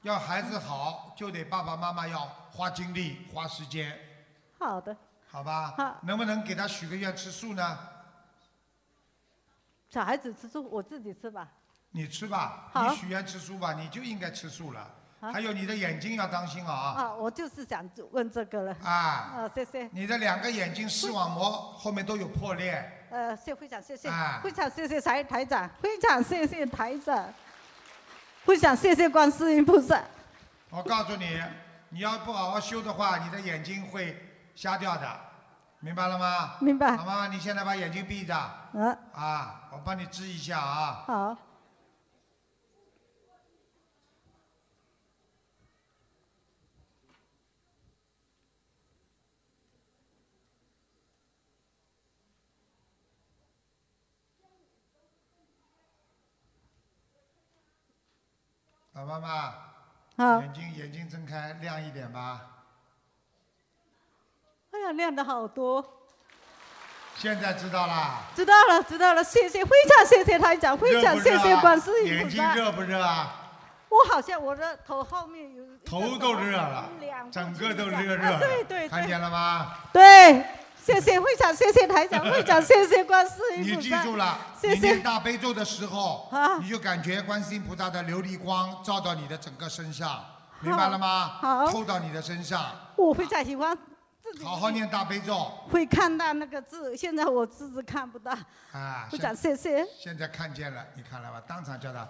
C: 要孩子好，就得爸爸妈妈要花精力、花时间，
I: 好的，
C: 好吧？
I: 好
C: 能不能给他许个愿吃素呢？
I: 小孩子吃素，我自己吃吧。
C: 你吃吧，
I: 好
C: 你许愿吃素吧，你就应该吃素了。
I: 好
C: 还有你的眼睛要当心啊！
I: 啊，我就是想问这个了。
C: 啊，
I: 啊，谢谢，
C: 你的两个眼睛视网膜后面都有破裂。
I: 呃，谢非常谢谢
C: 啊，
I: 非常谢谢台台长，非常谢谢台长，非常谢谢观世音菩萨。
C: 我告诉你，你要不好好修的话，你的眼睛会瞎掉的，明白了吗？
I: 明白
C: 好吗？你现在把眼睛闭着
I: 啊，
C: 啊，我帮你治一下啊。
I: 好，
C: 老妈妈，
I: 好，
C: 眼睛眼睛睁开，亮一点吧。
I: 哎呀，亮的好多，
C: 现在知道啦。
I: 知道了，知道了，谢谢，非常谢谢台长，非常
C: 热不
I: 谢
C: 热啊
I: 谢观世音
C: 眼
I: 菩
C: 睛
I: 萨。
C: 热不热啊？
I: 我好像我的头后面有一个
C: 头都热了
I: 两，
C: 整个都热热
I: 啊
C: 的。
I: 对对
C: 看
I: 对
C: 见了吗？
I: 对，谢谢会长，谢谢台长，会长谢谢观世
C: 你
I: 音菩
C: 记
I: 萨。
C: 住了，
I: 谢
C: 你
I: 谢
C: 念大悲咒的时候，
I: 啊
C: 你就感觉观世音菩萨的琉璃光照到你的整个身上，明白了吗？
I: 好
C: 透到你的身上，
I: 我非常喜欢自己
C: 好好念大悲咒
I: 会看到那个字，现在我字字看不到。
C: 啊！
I: 会长
C: 现
I: 谢谢，
C: 现在看见了，你看了吧？当场叫他，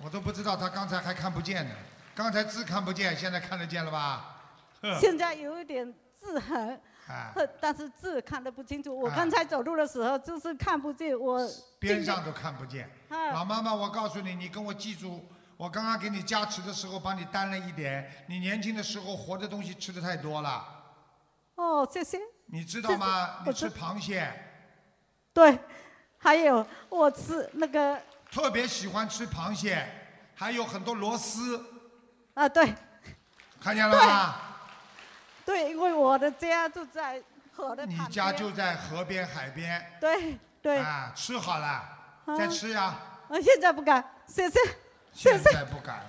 C: 我都不知道他刚才还看不见呢， 刚才字看不见，现在看得见了吧？呵
I: 现在有一点字痕，
C: 啊，
I: 呵但是字看得不清楚。我
C: 啊
I: 刚才走路的时候就是看不见，我
C: 边上都看不见。
I: 啊
C: 老妈妈，我告诉你，你跟我记住，我刚刚给你加持的时候帮你担了一点，你年轻的时候活的东西吃的太多了，
I: 哦，谢谢。
C: 你知道吗？
I: 这
C: 你
I: 是我
C: 吃螃蟹，
I: 对，还有我吃那个
C: 特别喜欢吃螃蟹，还有很多螺丝，
I: 啊，对
C: 看见了吗？
I: 对，因为我的家就在河的旁
C: 你
I: 边。
C: 家就在河边、海边，
I: 对对，啊
C: 啊，吃好了，再吃呀、
I: 我啊现在不敢，谢谢
C: 现在不敢了。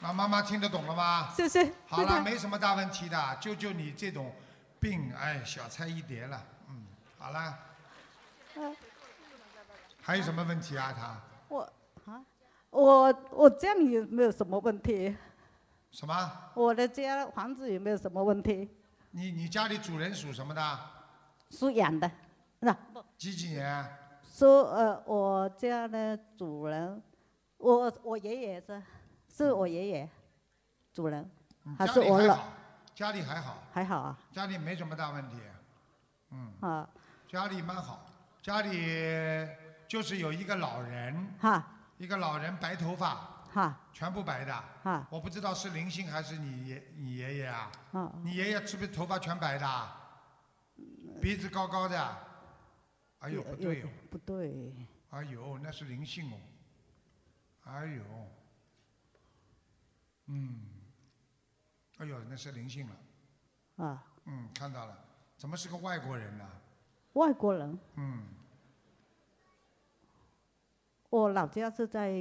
C: 老妈妈听得懂了吗？
I: 谢谢。
C: 好
I: 对的
C: 了，没什么大问题的，就就你这种病，哎，小菜一碟了。嗯，好了，
I: 嗯
C: 还有什么问题啊？他
I: 我啊，我我家里有没有什么问题？
C: 什么？
I: 我的家房子有没有什么问题？
C: 你你家里主人属什么的？
I: 属羊的，那
C: 几几年？
I: 说呃，我家的主人，我我爷爷是，是我爷爷，主人
C: 嗯
I: 还
C: 家
I: 是
C: 里
I: 我
C: 还
I: 老
C: 好，家里还好，
I: 还好啊
C: 家里没什么大问题，嗯
I: 啊
C: 家里蛮好，家里就是有一个老人，
I: 哈
C: 一个老人白头发，
I: 哈
C: 全部白的，
I: 哈
C: 我不知道是灵性还是你爷你爷爷啊？
I: 啊
C: 你爷爷是不是头发全白的
I: 嗯
C: 啊？鼻子高高的？哎呦，不对哦，
I: 不对，
C: 哎呦，那是灵性哦。哎呦，嗯，哎呦，那是灵性了。
I: 啊
C: 嗯，看到了，怎么是个外国人呢、
I: 外国人，
C: 嗯，
I: 我老家是在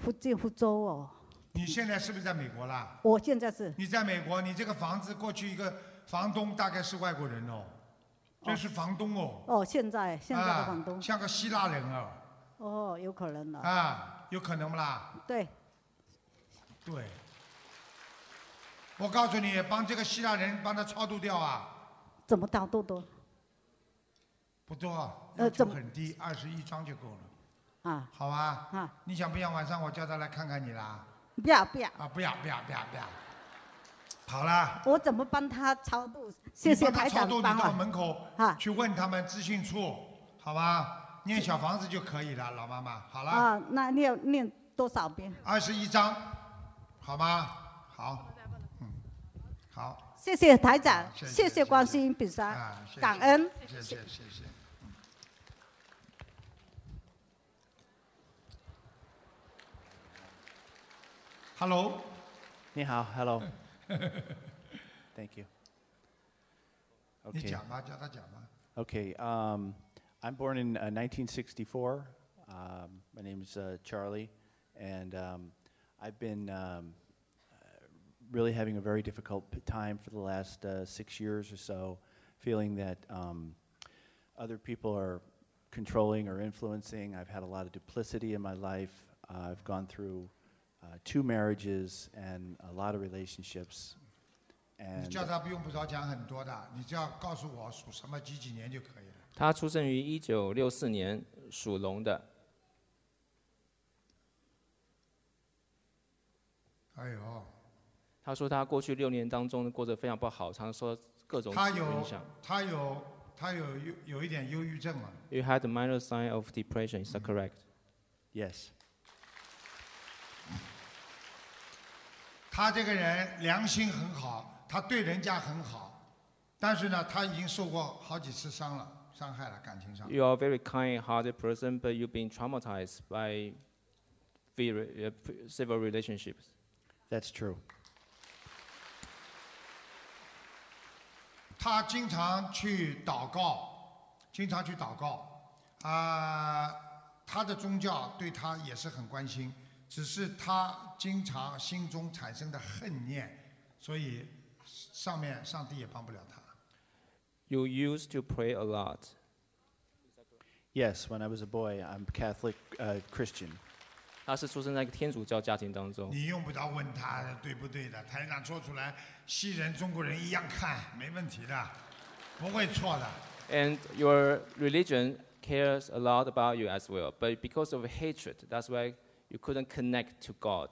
I: 福建福州哦，
C: 你现在是不是在美国啦？
I: 我现在是
C: 你在美国，你这个房子过去一个房东大概是外国人哦，这是房东哦，
I: 哦现在现在的
C: 啊
I: 广东、
C: 像个希腊人哦，
I: 哦有可能了、
C: 啊，有可能不啦？
I: 对
C: 对，我告诉你，帮这个希腊人帮他超度掉啊，
I: 怎么到多多
C: 不多，
I: 呃
C: 要
I: 怎
C: 求
I: 么
C: 很低，二十一张就够了，
I: 啊
C: 好吧？
I: 啊
C: 你想不想晚上我叫他来看看你啦？
I: 不要不要，
C: 啊，不要不要不要不要，好啦，
I: 我怎么帮他超度？谢谢
C: 你帮
I: 台
C: 他超
I: 长
C: 度，
I: 帮
C: 你到
I: 我。
C: 门口
I: 啊
C: 去问他们资讯处，好吧？念小房子就可以了，老妈妈，好了，
I: 啊，那念念多少遍？
C: 二十一张，好吗？好，嗯，好。
I: 谢谢台长，
C: 谢谢
I: 谢
C: 谢谢
I: 谢观世音菩萨，
C: 啊，谢谢
I: 感恩。
C: 谢谢谢谢。嗯Hello，
J: 你好，Hello，Thank you.
C: 你
J: Okay,
C: 讲吧，叫他讲吧。
J: okay. Um, I'm born in uh, 1964. Um, my name is uh, Charlie, and um, I've been um, uh, really having a very difficult p- time for the last uh, six years or so, feeling that um, other people are controlling or influencing. I've had a lot of duplicity in my life. Uh, I've gone through uh, two marriages and a lot of relationships.
C: 你
J: And
C: 叫他不用不着讲很多的，你只要告诉我属什么几几年就可以了。
K: 他出生于一九六四年，属龙的。
C: 哎呦，
K: 他说他过去六年当中过得非常不好，常常受到各种
C: 他
K: 疾病
C: 有
K: 影响。
C: 他有他有有有一点忧郁症了。
K: You had a minor sign of depression, is that
C: 嗯
K: correct?
J: yes.
C: 他这个人良心很好，他对人家很好，但是呢，他已经受过好几次伤了，伤害了感情上。
K: You are a very kind-hearted person, but you've been traumatized by very, uh, p- several relationships.
J: That's true.
C: 他经常去祷告，经常去祷告，啊、他的宗教对他也是很关心，只是他经常心中产生的恨念，所以上面上帝也帮不了他。
K: You used to pray a lot.
J: Yes, when I was a boy, I'm Catholic uh, Christian.
K: 他是出生在一个天主教家庭当中。
C: 你用不着问他对不对的，台长说出来，西人中国人一样看，没问题的，不会错的。
K: And your religion cares a lot about you as well, but because of hatred, that's why you couldn't connect to God.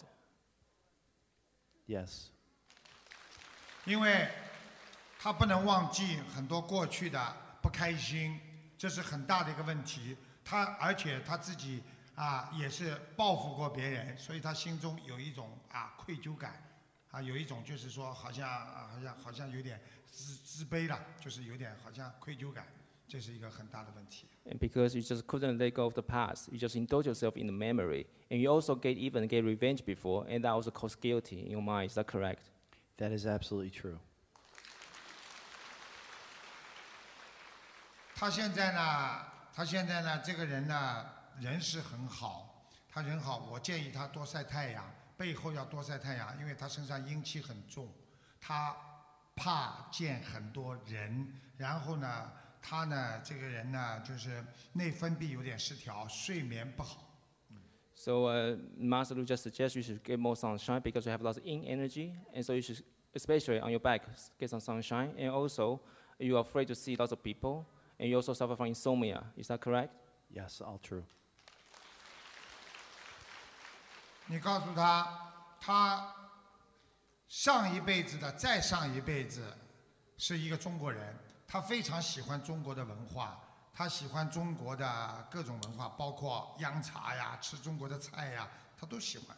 J: Yes,
C: 因为他不能忘记很多过去的不开心，这是很大的一个问题。他而且他自己啊也是报复过别人，所以他心中有一种啊愧疚感，啊有一种就是说好像啊好像好像有点自自卑了，就是有点好像愧疚感，这是一个很大的问题。
K: And because you just couldn't let go of the past, you just indulge yourself in the memory, and you also get even get revenge before, and that also causes guilty in your mind. Is that correct?
J: That is absolutely true.
C: 他现在呢，他现在呢，这个人呢，人是很好，他人好，我建议他多晒太阳，背后要多晒太阳，因为他身上阴气很重，他怕见很多人，然后呢，他呢，这个人呢，就是内分泌有点失调，睡眠不好。
K: So uh, Master Lu just suggests you should get more sunshine because you have lots of in energy, and so you should, especially on your back, s- get some sunshine. And also, you are afraid to see lots of people, and you also suffer from insomnia. Is that correct?
J: Yes, all true.
C: 你告诉他，他上一辈子的再上一辈子是一个中国人，他非常喜欢中国的文化，他喜欢中国的各种文化，包括央茶呀、吃中国的菜呀，他都喜欢。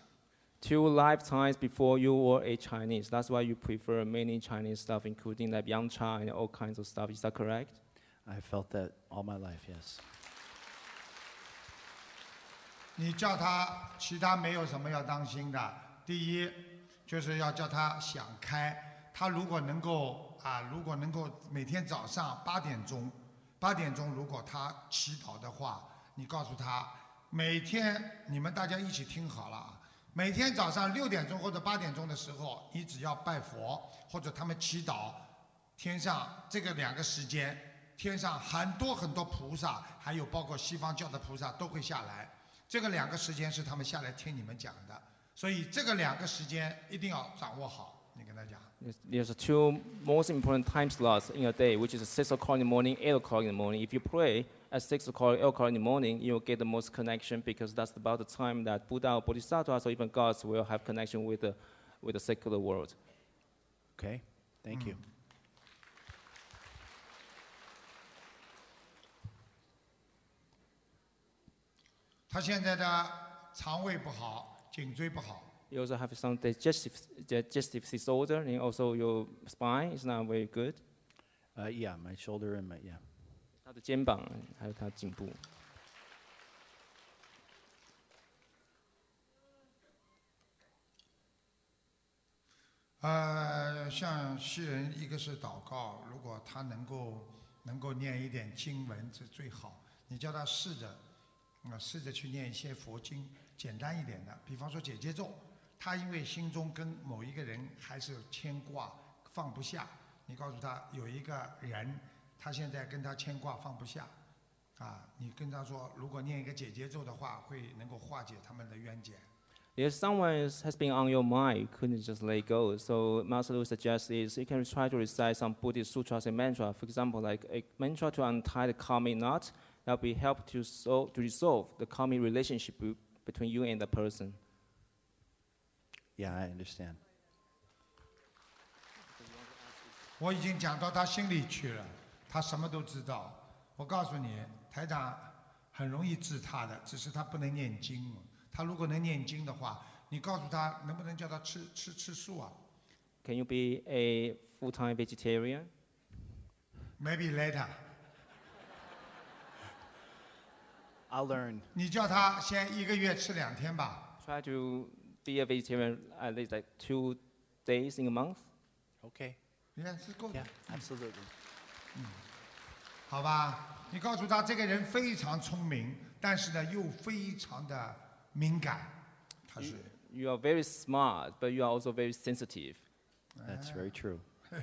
K: Two lifetimes before you were a Chinese. That's why you prefer many Chinese stuff, including like yang cha and all kinds of stuff. Is that correct?
J: I felt that all my life, yes.
C: 你叫他其他没有什么要当心的。第一，就是要叫他想开。他如果能够啊，如果能够每天早上八点钟，八点钟如果他祈祷的话，你告诉他，每天你们大家一起听好了啊，每天早上六点钟或者八点钟的时候，你只要拜佛或者他们祈祷，天上这个两个时间，天上很多很多菩萨，还有包括西方教的菩萨都会下来。这个两个时间是他们下来听你们讲的，所以这个两个时间一定要掌握好。你跟他讲，
K: There's, there's two most important time slots in a day, which is 6 o'clock in the morning, 8 o'clock in the morning. If you pray at 6 o'clock, 8 o'clock in the morning, you'll get the most connection because that's about the time that Buddha or Bodhisattvas or even gods will have connection with the, with the secular world.
J: Okay, thank you.
C: 他现在的肠胃不好，颈椎不好，
K: You also have some digestive, digestive disorder, and also your spine is not very good.
J: Uh, yeah, my shoulder and my, yeah.
K: 他的肩膀还有他的颈部。
C: 呃，像西人，一个是祷告，如果他能够能够念一点经文，这最好。你叫他试着，啊、试着去念一些佛经，简单一点的，比方说解结咒。他因为心中跟某一个人还是有牵挂，放不下。你告诉他有一个人，他现在跟他牵挂放不下，啊，你跟他说，如果念一个解结咒的话，会能够化解他们的冤结。
K: If someone is- has been on your mind, you couldn't just let go. So Master Lu suggests is you can try to recite some Buddhist sutras and mantra. For example, like a mantra to untie the karmic knot that will help to so to resolve the karmic relationship be- between you and the person.
J: Yeah, I understand.
C: 我已经讲到他心里去了，他什么都知道。我告诉你，台长很容易治他的，只是他不能念经。他如果能念经的话，你告诉他能不能叫他吃吃吃素啊
K: Can you be a full-time vegetarian?
C: ？Maybe later。
J: I'll learn.
C: 你叫他先一个月吃两天吧。
K: Try to be a vegetarian at least like two days in a month.
J: Okay.
C: Yeah, it's good.
J: Yeah, absolutely.
C: 好吧，你告诉他这个人非常聪明，但是呢又非常的敏感。他是
K: You are very smart, but you are also very sensitive.
J: That's very true.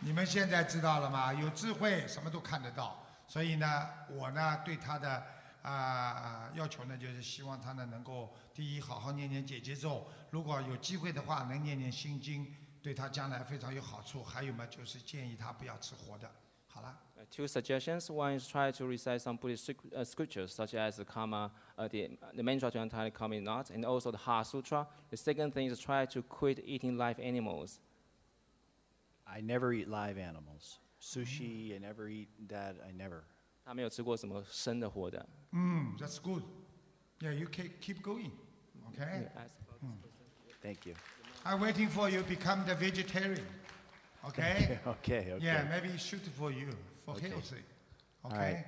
C: 你们现在知道了吗？有智慧，什么都看得到。所以呢，我呢对他的啊、要求呢，就是希望他呢能够第一好好念念姐姐咒，如果有机会的话，能念念心经，对他将来非常有好处。还有嘛，就是建议他不要吃活的。好了，
K: Uh, two suggestions. One is try to recite some Buddhist scrip- uh, scriptures, such as the Kama, uh, the, the mantra to untie the Kama knot, and also the Ha Sutra. The second thing is try to quit eating live animals.
J: I never eat live animals. Sushi, I never eat that. I never.
K: 他没有吃过什么生的活的。
C: Mm, that's good. Yeah, you ke- keep going. Okay?
K: Yeah,
C: Mm.
J: Hmm. Thank you.
C: I'm waiting for you become the vegetarian. Okay?
J: okay. Okay.
C: Yeah, maybe it's suit for you, for
J: Okay.
C: healthy.
J: All right.
C: Okay?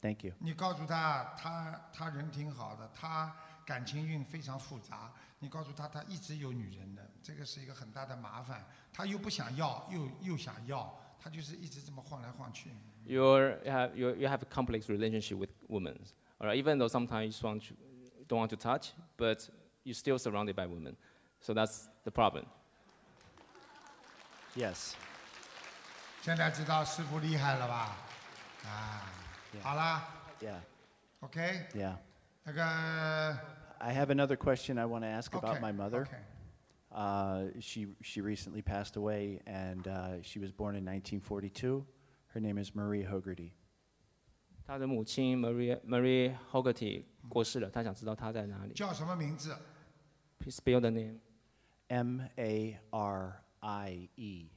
J: Thank you.
C: 你告诉他，他他人挺好的，他感情运非常复杂。你告诉他，他一直有女人的，这个是一个很大的麻烦。他又不想要，又又想要，他就是一直这么晃来晃去。
K: You're, you have you you have a complex relationship with women, all right? Even though sometimes you want to, don't want to touch, but you're still surrounded by women, so that's the problem.
J: Yes.
C: 现在知道师傅厉害了 吧？啊，好啦
J: Yeah.
C: ，OK，
J: Yeah.
C: 那个
J: I have another question I want to ask
C: Okay,
J: about my mother.
C: okay.
J: Uh, she she recently passed away, and uh, she was born in 1942. Her name is Marie Hogarty.
K: 他的母亲 Maria Marie Hogarty 过世了，他想知道她在哪里。
C: 叫什么名字
K: Please spell the name.
J: M A R I E.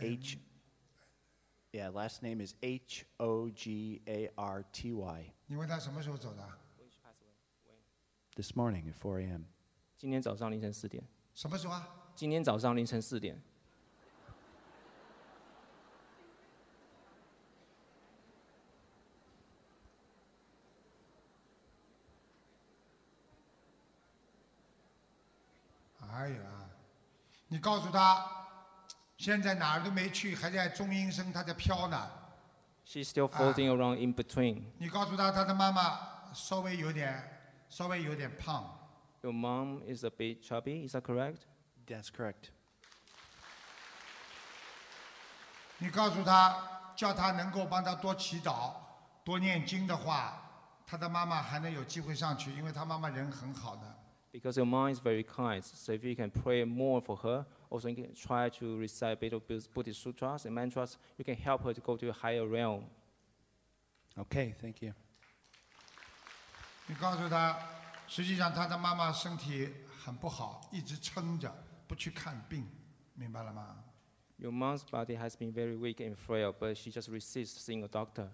J: H. Yeah, last name is H O G A R T Y.
C: 你问他什么时候走的？
J: This morning at 4 a.m.
K: 今天早上凌晨四点。
C: 什么时候啊？
K: 今天早上凌晨四点。
C: 哎呀，你告诉他，现在哪儿都没去，还在中阴身，他在飘呢。
K: She's still floating
C: 啊
K: around in between.
C: 你告诉他，他的妈妈稍微有点，稍微有点胖。
K: Your mom is a bit chubby. Is that correct?
J: That's correct.
C: 你告诉他，叫他能够帮他多祈祷、多念经的话，他的妈妈还能有机会上去，因为他妈妈人很好的。
K: Because your mom is very kind. So if you can pray more for her, also you can try to recite a bit of Buddhist- Buddhist sutras and mantras, you can help her to go to a higher realm.
J: Okay, thank you.
C: 你告诉他，实际上他的妈妈身体很不好，一直撑着，不去看病，明白了吗？
K: Your mom's body has been very weak and frail, but she just resists seeing a doctor.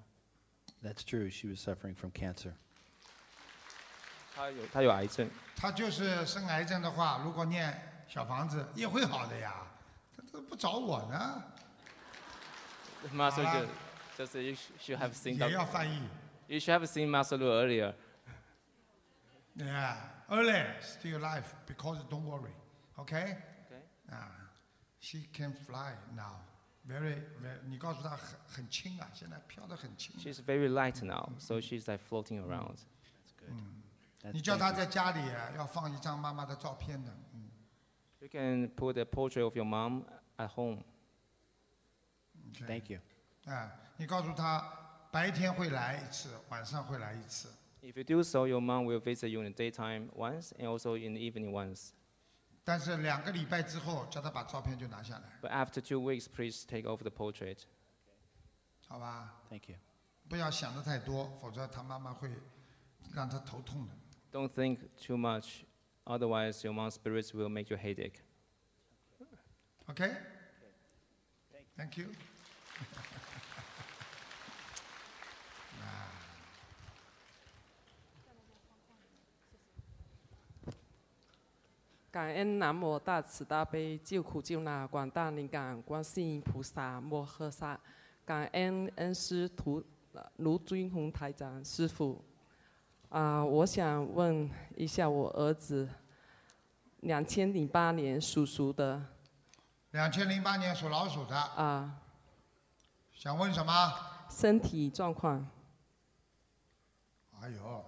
J: That's true. She was suffering from cancer.
K: 她有她有癌症。
C: 他就是生癌症的话，如果念小房子也会好的呀。他怎么不找我呢？
K: Master
C: Ah.
K: Lu, just you sh- should have seen
C: 也
K: doc-
C: 要翻译。
K: You should have seen Master Lu earlier.
C: Yeah, early still alive because don't worry, okay?
K: Okay.
C: Ah, she can fly now. Very, very. 你告诉她很很轻啊，现在飘得很轻。
K: She's very light now, so she's like floating around. Hmm.
C: 你叫她在家里啊要放一张妈妈的照片的。嗯，
K: You can put a portrait of your mom at home.
J: Thank you.
C: 啊，你告诉她白天会来一次，晚上会来一次。
K: If you do so, your mom will visit you in the daytime once and also in the evening once.
C: 但是两个礼拜之后，叫她把照片就拿下来，
K: But after two weeks, please take off the portrait.
C: 好吧？
J: Thank you.
C: 不要想的太多，否则她妈妈会让她头痛的。
K: Don't think too much, otherwise your mom's spirits will make you headache.
C: OK，Thank、you 啊。
L: 感恩南无大慈大悲救苦救难广大灵感观世音菩萨摩诃萨，感恩恩师图卢军宏台长师傅。啊、我想问一下我儿子，两千零八年属鼠的
C: 两千零八年属老鼠的
L: 啊、
C: 想问什么？
L: 身体状况。
C: 哎呦，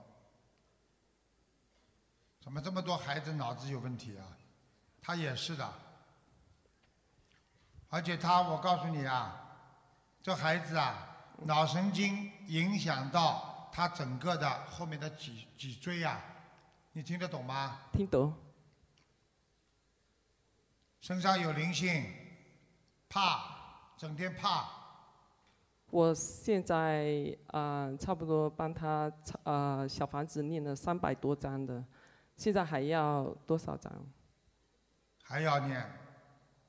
C: 怎么这么多孩子脑子有问题啊？他也是的，而且他，我告诉你啊，这孩子啊，脑神经影响到他整个的后面的脊脊椎啊，你听得懂吗？
L: 听懂？
C: 身上有灵性，怕，整天怕，
L: 我现在啊、呃差不多帮他呃小房子念了三百多张的，现在还要多少张？
C: 还要念，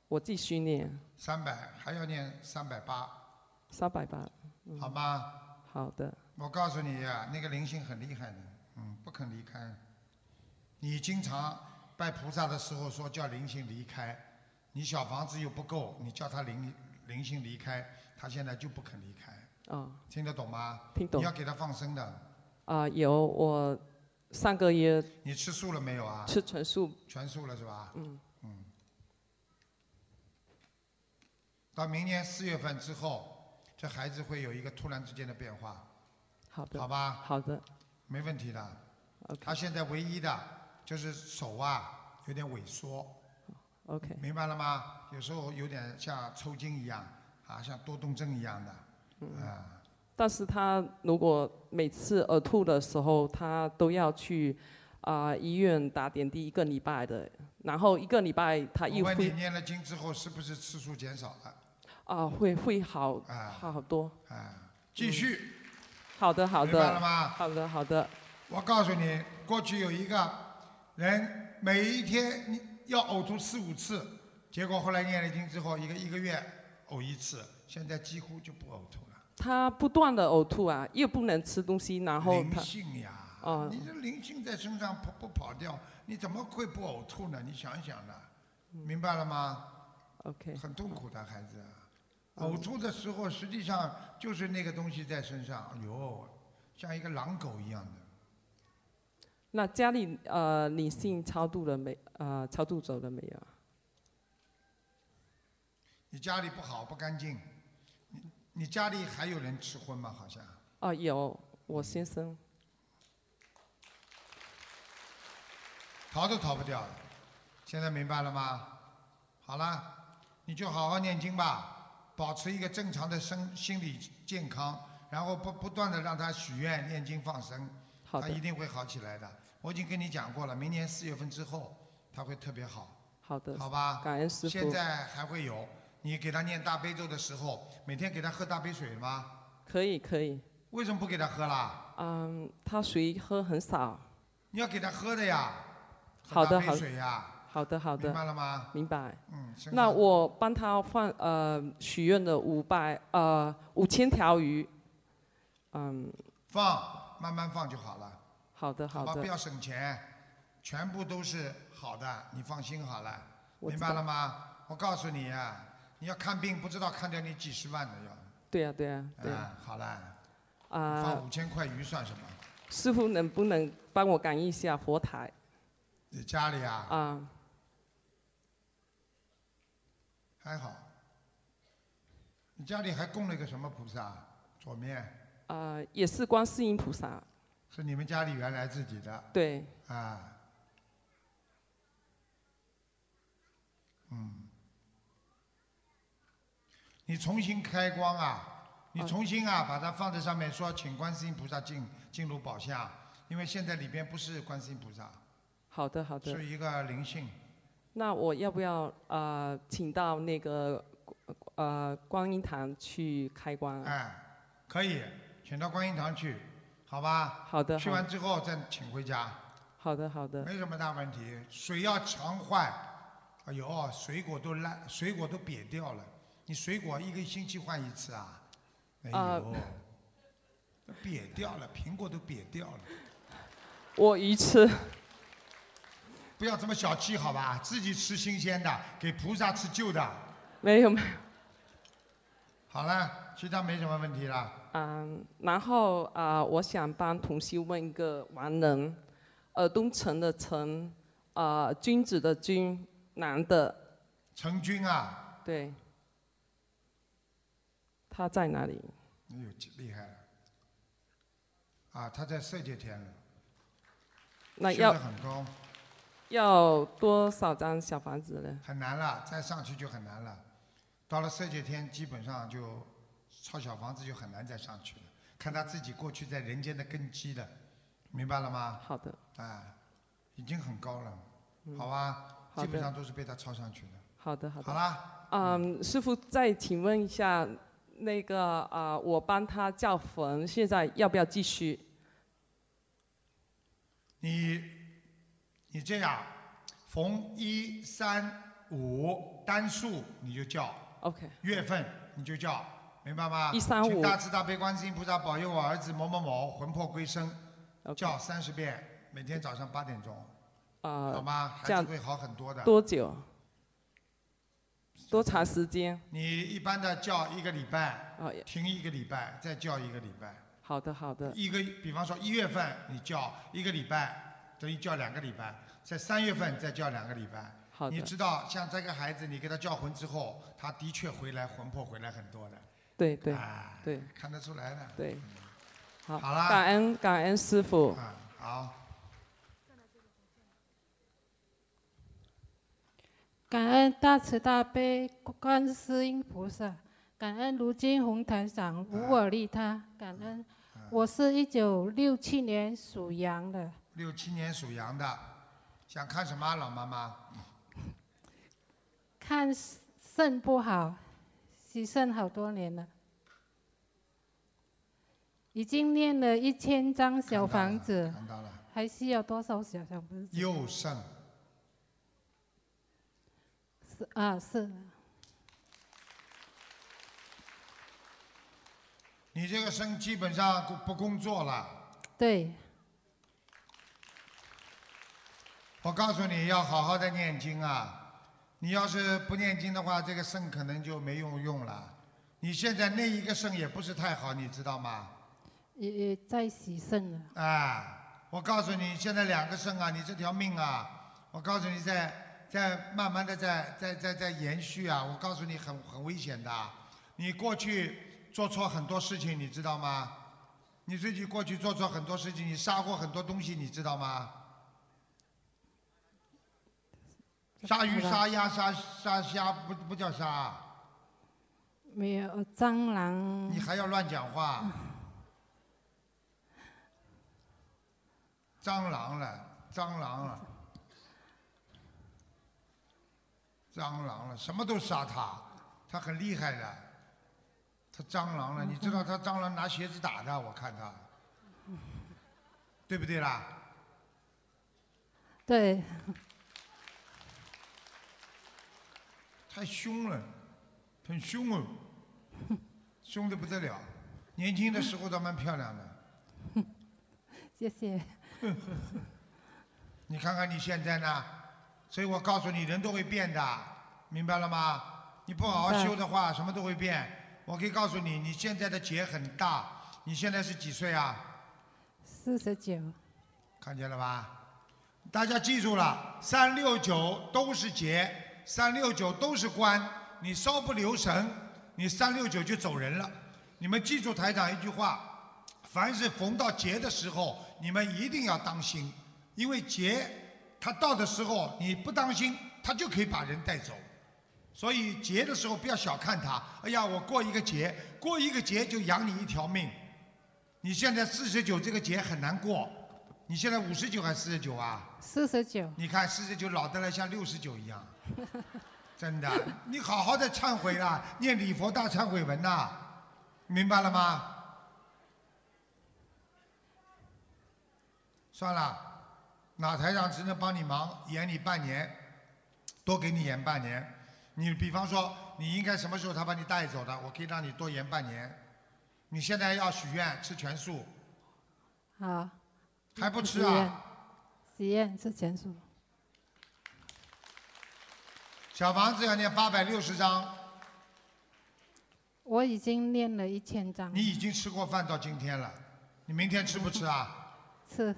L: 我继续念
C: 三百还要念三百八，
L: 三百八。嗯
C: 好吗？
L: 好的，
C: 我告诉你呀、那个灵性很厉害的，嗯，不肯离开。你经常拜菩萨的时候说叫灵性离开，你小房子又不够，你叫他灵灵性离开，他现在就不肯离开，
L: 哦，
C: 听得懂吗？
L: 听懂
C: 你要给他放生的。
L: 啊、有我上个月
C: 你吃素了没有啊？
L: 吃纯素，
C: 全素了是吧？
L: 嗯
C: 嗯。到明年四月份之后，这孩子会有一个突然之间的变化，
L: 好的，
C: 好吧？
L: 好的，
C: 没问题的。他现在唯一的就是手啊有点萎缩。
L: OK
C: 明白了吗？有时候有点像抽筋一样，啊，像多动症一样的。嗯。
L: 但是他如果每次呕吐的时候，他都要去啊、医院打点滴一个礼拜的，然后一个礼拜他
C: 我
L: 啊又
C: 问你
L: 会
C: 念了经之后，是不是次数减少了？
L: 啊、会会好、好好多。嗯
C: 啊，继续。
L: 好的好的。
C: 明白了吗？
L: 好的好的。
C: 我告诉你，过去有一个人每一天你要呕吐四五次，结果后来念了经之后，一个一个月呕一次，现在几乎就不呕吐了。
L: 他不断的呕吐啊，又不能吃东西，然后
C: 灵
L: 他
C: 性呀，
L: 哦
C: 你这灵性在身上不不跑掉，你怎么会不呕吐呢？你想一想呢，明白了吗
L: ？OK，
C: 很痛苦的孩子啊，
L: 嗯
C: 呕吐的时候实际上就是那个东西在身上，哎呦，像一个狼狗一样的。
L: 那家里呃理性超度了没？呃，超度走了没有啊？
C: 你家里不好不干净，你你家里还有人吃荤吗？好像
L: 啊，有我先生
C: 逃都逃不掉了。现在明白了吗？好了，你就好好念经吧，保持一个正常的身心理健康，然后不不断的让他许愿、念经、放生，
L: 好
C: 他
L: 的
C: 一定会好起来的。我已经跟你讲过了，明年四月份之后他会特别好。
L: 好的，
C: 好吧，
L: 感恩师傅。
C: 现在还会有，你给他念大悲咒的时候，每天给他喝大杯水吗？
L: 可以可以，
C: 为什么不给他喝啦？
L: 嗯，他水喝很少。
C: 你要给他喝的呀，
L: 好的
C: 喝大杯
L: 好的
C: 水呀。
L: 好的好的，
C: 明白了吗？
L: 明白。
C: 嗯，身
L: 那
C: 上
L: 我帮他放呃许愿的五百呃五千条鱼，嗯，
C: 放慢慢放就好了，
L: 好的
C: 好吧，
L: 的
C: 不要省钱，全部都是好的，你放心好了，
L: 我
C: 明
L: 知
C: 白
L: 道
C: 了吗？我告诉你啊，你要看病不知道看掉你几十万的要，
L: 对呀对呀对
C: 啊
L: 呀，
C: 好了，
L: 啊
C: 放五，千块鱼算什么？
L: 师傅能不能帮我感应一下佛台
C: 你家里啊
L: 啊？
C: 还好，你家里还供了一个什么菩萨？左面
L: 啊，也是观世音菩萨，
C: 是你们家里原来自己的，
L: 对，
C: 啊，嗯，你重新开光啊，你
L: 哦
C: 重新啊，把它放在上面说，请观世音菩萨进进入宝相，因为现在里边不是观世音菩萨，
L: 好的好的
C: 是。一个灵性，
L: 那我要不要啊请到那个呃观音堂去开啊光？
C: 哎，可以，请到观音堂去，好吧？
L: 好的
C: 去
L: 好
C: 完
L: 的
C: 之后再请回家，
L: 好的好的
C: 没什么大问题。水要常换，哎呦，水果都烂，水果都瘪掉了。你水果一个星期换一次啊？哎
L: 啊
C: 呦，都瘪掉了，苹果都瘪掉了。
L: 我鱼吃。
C: 不要这么小气好吧？自己吃新鲜的，给菩萨吃旧的。
L: 没有没有。
C: 好了，其他没什么问题了。
L: 嗯，然后啊、我想帮同修问一个完人，呃，东城的城，呃，君子的君，男的。
C: 陈君啊。
L: 对。他在哪里？
C: 哎呦，厉害了！啊，他在色界天了，
L: 那
C: 修得
L: 要
C: 很高，
L: 要多少张小房子呢？
C: 很难了，再上去就很难了。到了色界天，基本上就抄小房子就很难再上去了，看他自己过去在人间的根基了，明白了吗？
L: 好的。嗯
C: 啊，已经很高了，好吧？
L: 好
C: 基本
L: 的
C: 上都是被他抄上去的。
L: 好的，好的。
C: 好啦。
L: 嗯，师傅，再请问一下，那个啊、我帮他叫坟，现在要不要继续？
C: 你你这样，逢一三五单数你就叫
L: ，OK，
C: 月份你就叫，明白吗？
L: 135
C: 请大慈大悲观世音菩萨保佑我儿子某某某魂魄归生
L: OK
C: 叫三十遍，每天早上八点钟，
L: 啊、
C: 好吗？
L: 这
C: 孩
L: 样
C: 子会好很多的。
L: 多久？啊多长时间？
C: 你一般的叫一个礼拜
L: 哦，
C: 停一个礼拜，再叫一个礼拜。
L: 好的，好的。
C: 一个，比方说一月份你叫一个礼拜，等于叫两个礼拜，在三月份再叫两个礼拜。
L: 好的
C: 你知道，像这个孩子，你给他叫魂之后，他的确回来魂魄回来很多的，
L: 对对
C: 啊
L: 对
C: 看得出来的。
L: 对，好，
C: 好啦
L: 感恩感恩师傅。
C: 啊，好，
M: 感恩大慈大悲观世音菩萨，感恩卢金红台长无我利他，感恩。
C: 嗯
M: 我是一九六七年属羊的，
C: 六七年属羊的，想看什么啊，老妈妈？
M: 看肾不好，洗肾好多年了，已经念了一千张小房子，
C: 看到了，
M: 还需要多少小小房子？
C: 右肾，
M: 是啊，是
C: 你这个肾基本上不不工作了。
M: 对，
C: 我告诉你要好好的念经啊！你要是不念经的话，这个肾可能就没用用了。你现在那一个肾也不是太好，你知道吗？
M: 也也在洗肾了。
C: 啊，我告诉你，现在两个肾啊，你这条命啊，我告诉你在在慢慢的在在在在延续啊，我告诉你很很危险的啊。你过去做错很多事情，你知道吗？你自己过去做错很多事情，你杀过很多东西，你知道吗？杀鱼、杀鸭、杀杀虾不不叫杀啊，
M: 没有呃蟑螂。
C: 你还要乱讲话。蟑螂了，蟑螂了，蟑螂了，什么都杀它，它很厉害的。它蟑螂了，你知道它蟑螂拿鞋子打的，我看它，对不对啦？
M: 对，
C: 太凶了，很凶哦，凶的不得了。年轻的时候倒蛮漂亮的，
M: 谢谢。
C: 你看看你现在呢，所以我告诉你，人都会变的，明白了吗？你不好好修的话，什么都会变。我可以告诉你，你现在的劫很大。你现在是几岁啊？
M: 四十九，
C: 看见了吧？大家记住了，三六九都是劫，三六九都是关。你稍不留神，你三六九就走人了。你们记住台长一句话：凡是逢到劫的时候，你们一定要当心，因为劫它到的时候，你不当心，它就可以把人带走。所以劫的时候不要小看它。哎呀，我过一个劫，过一个劫就养你一条命。你现在四十九这个劫很难过，你现在五十九还四十九啊？
M: 四十九，
C: 你看四十九老得来像六十九一样，真的。你好好的忏悔啦，念礼佛大忏悔文呐，明白了吗？算了，哪台长只能帮你忙，演你半年，多给你演半年。你比方说，你应该什么时候他把你带走的，我可以让你多演半年。你现在要许愿吃全素，
M: 好。
C: 还不吃啊？
M: 许愿？许愿是前数。
C: 小房子要念八百六十张，
M: 我已经念了一千张
C: 你已经吃过饭到今天了，你明天吃不吃啊？
M: 次，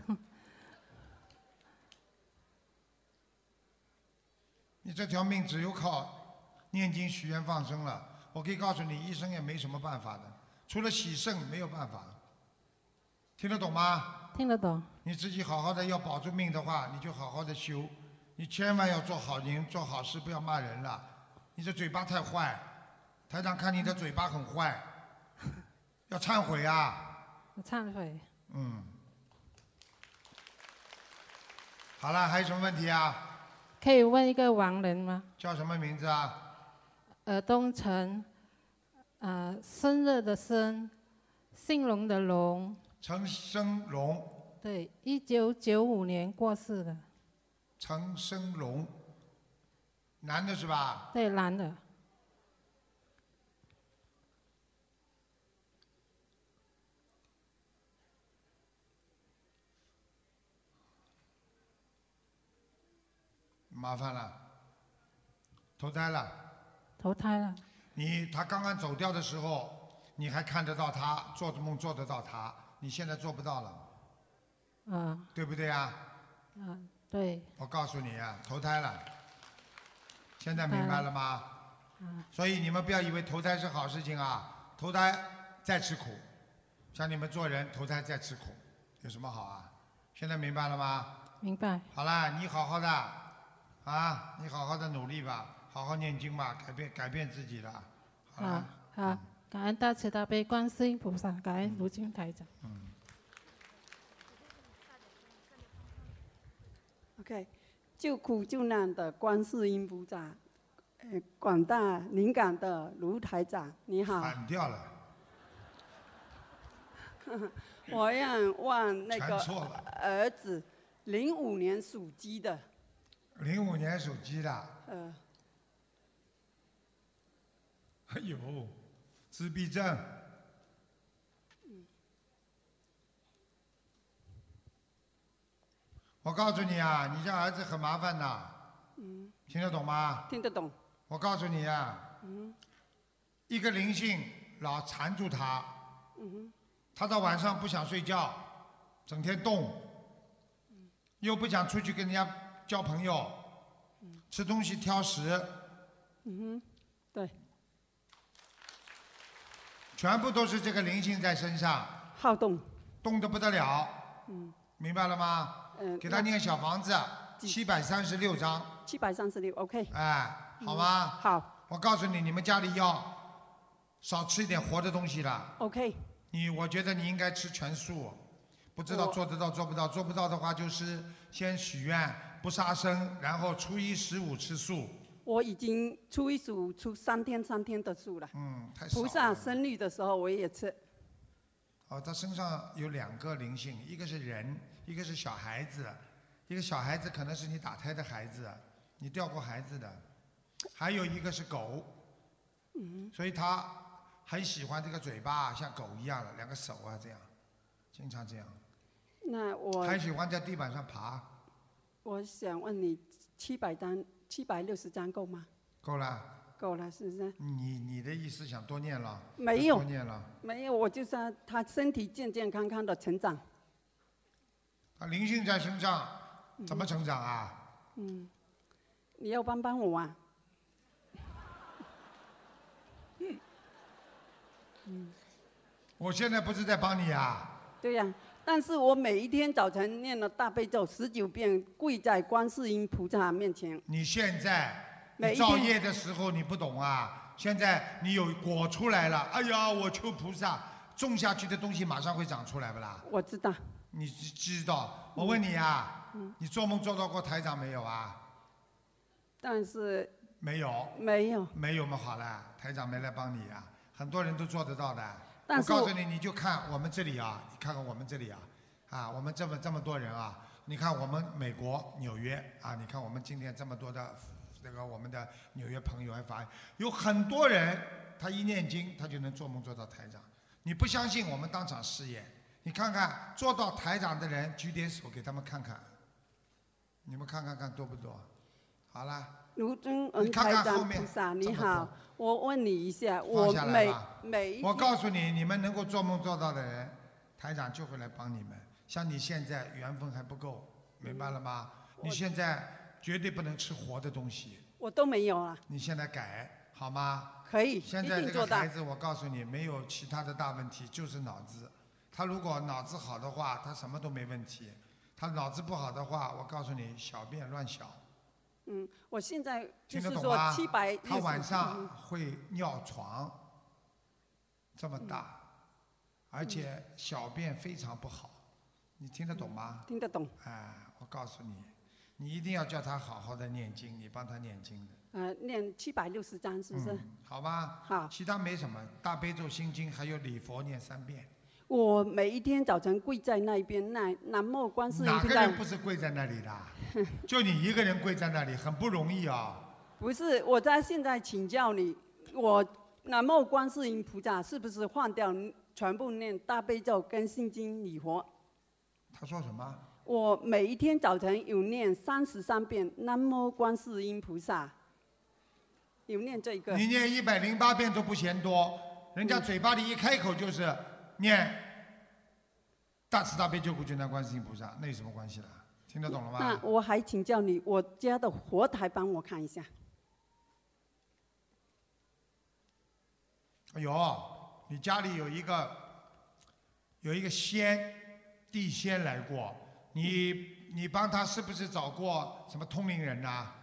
C: 你这条命只有靠念经许愿放生了。我可以告诉你，医生也没什么办法的，除了洗肾没有办法。听得懂吗？
M: 听得懂？
C: 你自己好好的要保住命的话，你就好好的修，你千万要做好人做好事，不要骂人了。你这嘴巴太坏，台长看你的嘴巴很 坏，要忏悔啊。
M: 我忏悔。
C: 嗯，好了，还有什么问题啊？
M: 可以问一个亡人吗？
C: 叫什么名字啊？
M: 尔东城，呃，生日的生，姓龙的龙，
C: 陈生龙，
M: 对，一九九五年过世的，
C: 陈生龙，男的是吧？
M: 对，男的，
C: 麻烦了，投胎了。
M: 投胎了，
C: 你他刚刚走掉的时候，你还看得到他，做着梦做得到他，你现在做不到了，
M: 啊
C: 对不对啊？
M: 啊，对，
C: 我告诉你啊，投胎了，现在明白了吗？
M: 啊
C: 所以你们不要以为投胎是好事情啊，投胎再吃苦，像你们做人投胎再吃苦，有什么好啊？现在明白了吗？
M: 明白，
C: 好啦，你好好的，啊，你好好的努力吧，好好念经吧，改变改变自己了。好
M: 啊啊，感恩大慈大悲观世音菩萨，感恩卢金台长。
N: OK，救苦救难的观世音菩萨，呃，广大灵感的卢台长，你好，
C: 反掉了，
N: 我要望那个
C: 全错了
N: 儿子，零五年属鸡的，
C: 零五年属鸡的，
N: 呃，
C: 哎呦，自闭症，
N: 嗯
C: 我告诉你啊，你这儿子很麻烦呐，
N: 嗯，
C: 听得懂吗？
N: 听得懂，
C: 我告诉你啊，
N: 嗯
C: 一个灵性老缠住他，
N: 嗯
C: 他到晚上不想睡觉，整天动，又不想出去跟人家交朋友，吃东西挑食，
N: 嗯哼，对，
C: 全部都是这个灵性在身上，
N: 好动，
C: 动得不得了，
N: 嗯
C: 明白了吗？
N: 嗯，
C: 给他念小房子，七百三十六章，
N: 七百三十六，OK，
C: 哎，好吗？
N: 嗯好，
C: 我告诉你，你们家里要少吃一点活的东西了。
N: OK。
C: 你，我觉得你应该吃全素，不知道
N: 我
C: 做得到做不到，做不到的话就是先许愿不杀生，然后初一十五吃素。
N: 我已经初一十五出三天三天的数了，
C: 嗯，太少了
N: 菩萨生日的时候我也吃，
C: 哦，他身上有两个灵性，一个是人，一个是小孩子。一个小孩子可能是你打胎的孩子，你掉过孩子的，还有一个是狗，
N: 嗯，
C: 所以他很喜欢这个嘴巴像狗一样的，两个手啊这样，经常这样，
N: 那我
C: 还喜欢在地板上爬。
N: 我想问你，七百单、七百六十张够吗？
C: 够了，
N: 够了，是不是？
C: 你你的意思想多念了？
N: 没有
C: 多念了。
N: 没有，我就是要他身体健健康康的成长。
C: 他灵性在身上怎么成长啊？
N: 嗯，你要帮帮我啊！嗯，
C: 我现在不是在帮你啊，
N: 对呀、但是我每一天早晨念了大悲咒十九遍，跪在观世音菩萨面前。
C: 你现在
N: 每
C: 你
N: 一
C: 造
N: 天
C: 业的时候你不懂啊，现在你有果出来了，哎呀，我求菩萨，种下去的东西马上会长出来不啦？
N: 我知道。
C: 你知知道？我问你啊，
N: 嗯，
C: 你做梦做到过台长没有啊？
N: 但是
C: 没有。
N: 没有。
C: 没有嘛，好了，台长没来帮你啊，很多人都做得到的。
N: 但
C: 我
N: 是
C: 告
N: 我
C: 诉你，你就看我们这里啊，你看看我们这里啊，啊，我们这么这么多人啊，你看我们美国纽约啊，你看我们今天这么多的那个我们的纽约朋友还发现，有很多人他一念经，他就能做梦做到台长。你不相信，我们当场试验，你看看做到台长的人举点手给他们看看，你们看看看多不多？好了。
N: 卢尊恩
C: 看看
N: 台
C: 后
N: 长
C: 面
N: 菩萨，
C: 这
N: 你
C: 么
N: 好，我问你一下，我
C: 放下来
N: 每
C: 吧
N: 每一
C: 我告
N: 天
C: 诉你，你们能够做梦做到的人，台长就会来帮你们。像你现在缘分还不够，明白了吗？你现在绝对不能吃活的东西，
N: 我都没有啊，
C: 你现在改好吗？
N: 可以，
C: 现
N: 一
C: 在
N: 定
C: 这
N: 做
C: 个
N: 到
C: 孩子，我告诉你，没有其他的大问题，就是脑子。他如果脑子好的话，他什么都没问题；他脑子不好的话，我告诉你，小便乱小，
N: 嗯，我现在就
C: 听得
N: 是
C: 懂
N: 说
C: 吗？
N: 七百，嗯
C: 他晚上会尿床，这么
N: 嗯
C: 大，而且小便非常不好，你听得懂吗？
N: 嗯听得懂。
C: 哎，我告诉你，你一定要叫他好好的念经，你帮他念经的，
N: 呃，念七百六十张是不是？
C: 嗯好吧？
N: 好。
C: 其他没什么，大悲咒、心经还有礼佛念三遍。
N: 我每一天早晨跪在那边，那南无观世音
C: 哪
N: 菩
C: 个
N: 萨
C: 人，不是跪在那里的？就你一个人跪在那里，很不容易啊、
N: 不是，我在现在请教你，我南无观世音菩萨是不是换掉全部念大悲咒跟心经礼佛？
C: 他说什么？
N: 我每一天早晨有念三十三遍南无观世音菩萨，有念这一个。嗯
C: 你念一百零八遍都不嫌多，人家嘴巴里一开口就是念大慈大悲救苦救难观世音菩萨，那有什么关系啦？听得懂了吗
N: 那？我还请教你，我家的佛台帮我看一下。
C: 哎呦，你家里有一个有一个仙地仙来过，
N: 嗯
C: 你你帮他是不是找过什么通灵人呐、啊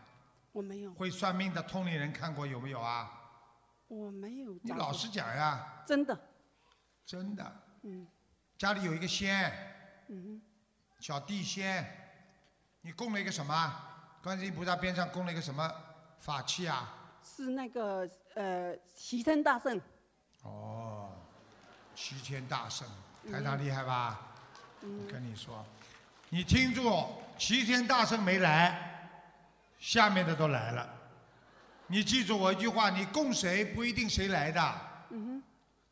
N: 我没有，
C: 会算命的通灵人看过有没有啊？
N: 我没有。
C: 你老实。讲呀，
N: 真的。
C: 真的，
N: 嗯
C: 家里有一个仙，
N: 嗯，
C: 小地仙，你供了一个什么？观世音菩萨边上供了一个什么法器啊？
N: 是那个呃，齐天大圣。
C: 哦，齐天大圣，台长厉害吧？
N: 嗯
C: 我跟你说，你听住，齐天大圣没来，下面的都来了。你记住我一句话，你供谁不一定谁来的。
N: 嗯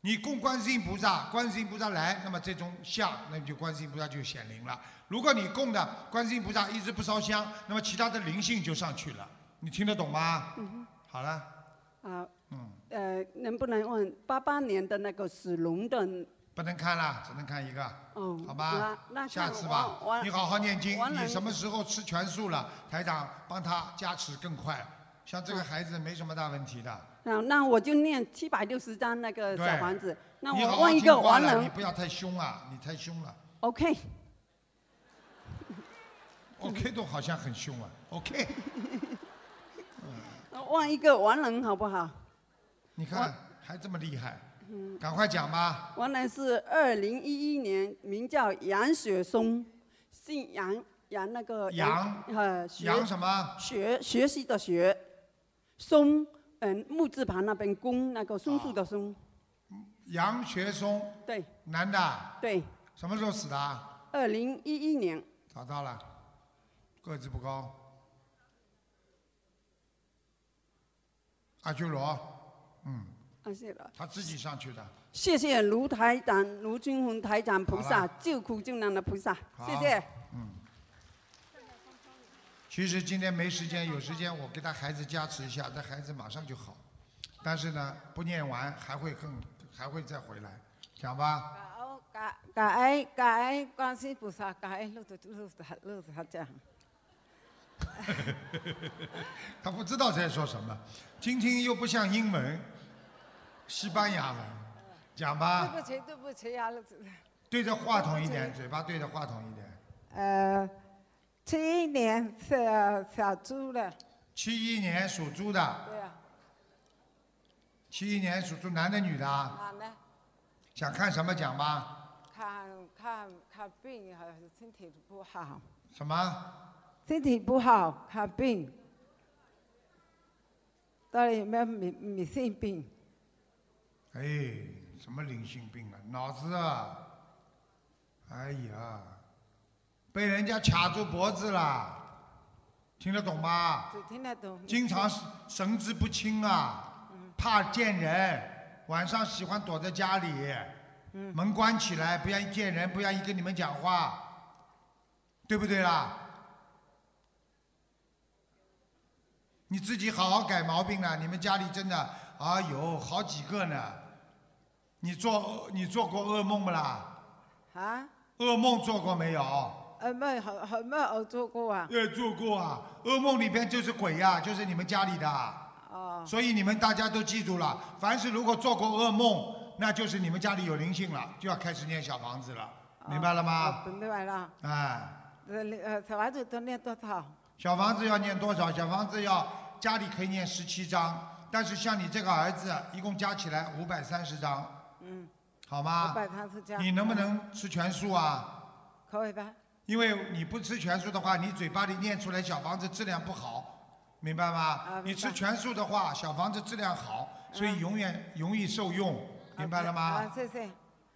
C: 你供观世音菩萨，观世音菩萨来，那么这种像，那么就观世音菩萨就显灵了。如果你供的观世音菩萨一直不烧香，那么其他的灵性就上去了。你听得懂吗？
N: 嗯
C: 好了，
N: 哼，啊，
C: 嗯，
N: 呃，能不能问八八年的那个属龙的？
C: 不能看了，只能看一个。
N: 哦，
C: 好吧
N: 那，那
C: 下
N: 看
C: 次
N: 我
C: 吧
N: 我，
C: 你好好念经
N: 我。
C: 你
N: 能
C: 什么时候吃全素了，台长帮他加持更快。像这个孩子没什么大问题的。
N: 那那我就念七百六十张那呃个小
C: 对
N: 房子。那
C: 你好
N: 我
C: 好
N: 问一
C: 听
N: 个
C: 话
N: 完
C: 了
N: 人
C: 你不要太凶啊，你太凶了。
N: ，OK，
C: OK 都好像很凶啊。OK，
N: 问一个完人好不好？
C: 你看还这么厉害，
N: 嗯，
C: 赶快讲吧。
N: 完人是二零一一年，名叫杨雪松，姓杨，杨那个
C: 杨
N: 呃学
C: 杨什么？
N: 学学习的学，松嗯木字旁那边弓那个松树的松，
C: 杨啊学松。
N: 对。啊
C: 男的。
N: 对。
C: 什么时候死的啊？
N: 二零一一年
C: 找到了，个子不高。阿修罗，嗯，
N: 啊谢了。
C: 他自己上去的。
N: 谢谢卢台长、卢军红台长菩
C: 好
N: 萨
C: 了
N: 救苦救难的菩萨，谢
C: 好
N: 谢。
C: 其实今天没时间，有时间我给他孩子加持一下，这孩子马上就好。但是呢，不念完还会更，还会再回来，讲吧。
O: 感感恩感恩观世音菩萨，感恩路的路的路的他讲。
C: 他不知道在说什么，听听又不像英文，西班牙文，讲
O: 对
C: 吧。
O: 不起对不起呀，路子
C: 对着话筒一点，嘴巴对着话筒一点。
O: 呃，七一年小小猪了，
C: 七一年属猪的，
O: 对呀、
C: 七一年属猪，男的女的
O: 啊，
C: 啊？
O: 呢
C: 想看什么讲吧？
O: 看看看病还是身体不好，
C: 什么？
O: 身体不好看病，到底有没有迷迷信病？
C: 哎，什么灵性病啊？脑子啊！哎呀，被人家卡住脖子了，听得懂吗？
O: 只听得懂。
C: 经常是神志不清啊，怕见人，晚上喜欢躲在家里，门关起来，不愿意见人，不愿意跟你们讲话，对不对啦？你自己好好改毛病了，你们家里真的，哎呦，好几个呢。你做你做过噩梦不啦？
O: 啊，
C: 噩梦做过没有？
O: 有没有有有没有做过啊？
C: 呃，做过啊，噩梦里边就是鬼呀、就是你们家里的啊。
O: 哦，
C: 所以你们大家都记住了，凡是如果做过噩梦，那就是你们家里有灵性了，就要开始念小房子了，明白了吗？
O: 哦明白了。
C: 哎，
O: 呃，呃，小房子都念多少？
C: 小房子要念多少？小房子要家里可以念十七章，但是像你这个儿子，一共加起来五百三十章，
O: 嗯，
C: 好
O: 五
C: 吗？
O: 百三十加。
C: 你能不能吃全素啊？
O: 可以吧？
C: 因为你不吃全素的话，你嘴巴里念出来小房子质量不好，明白
O: 啊
C: 吗？你吃全素的话，小房子质量好，所以永远容易受用，明白了吗？
O: 啊，谢谢。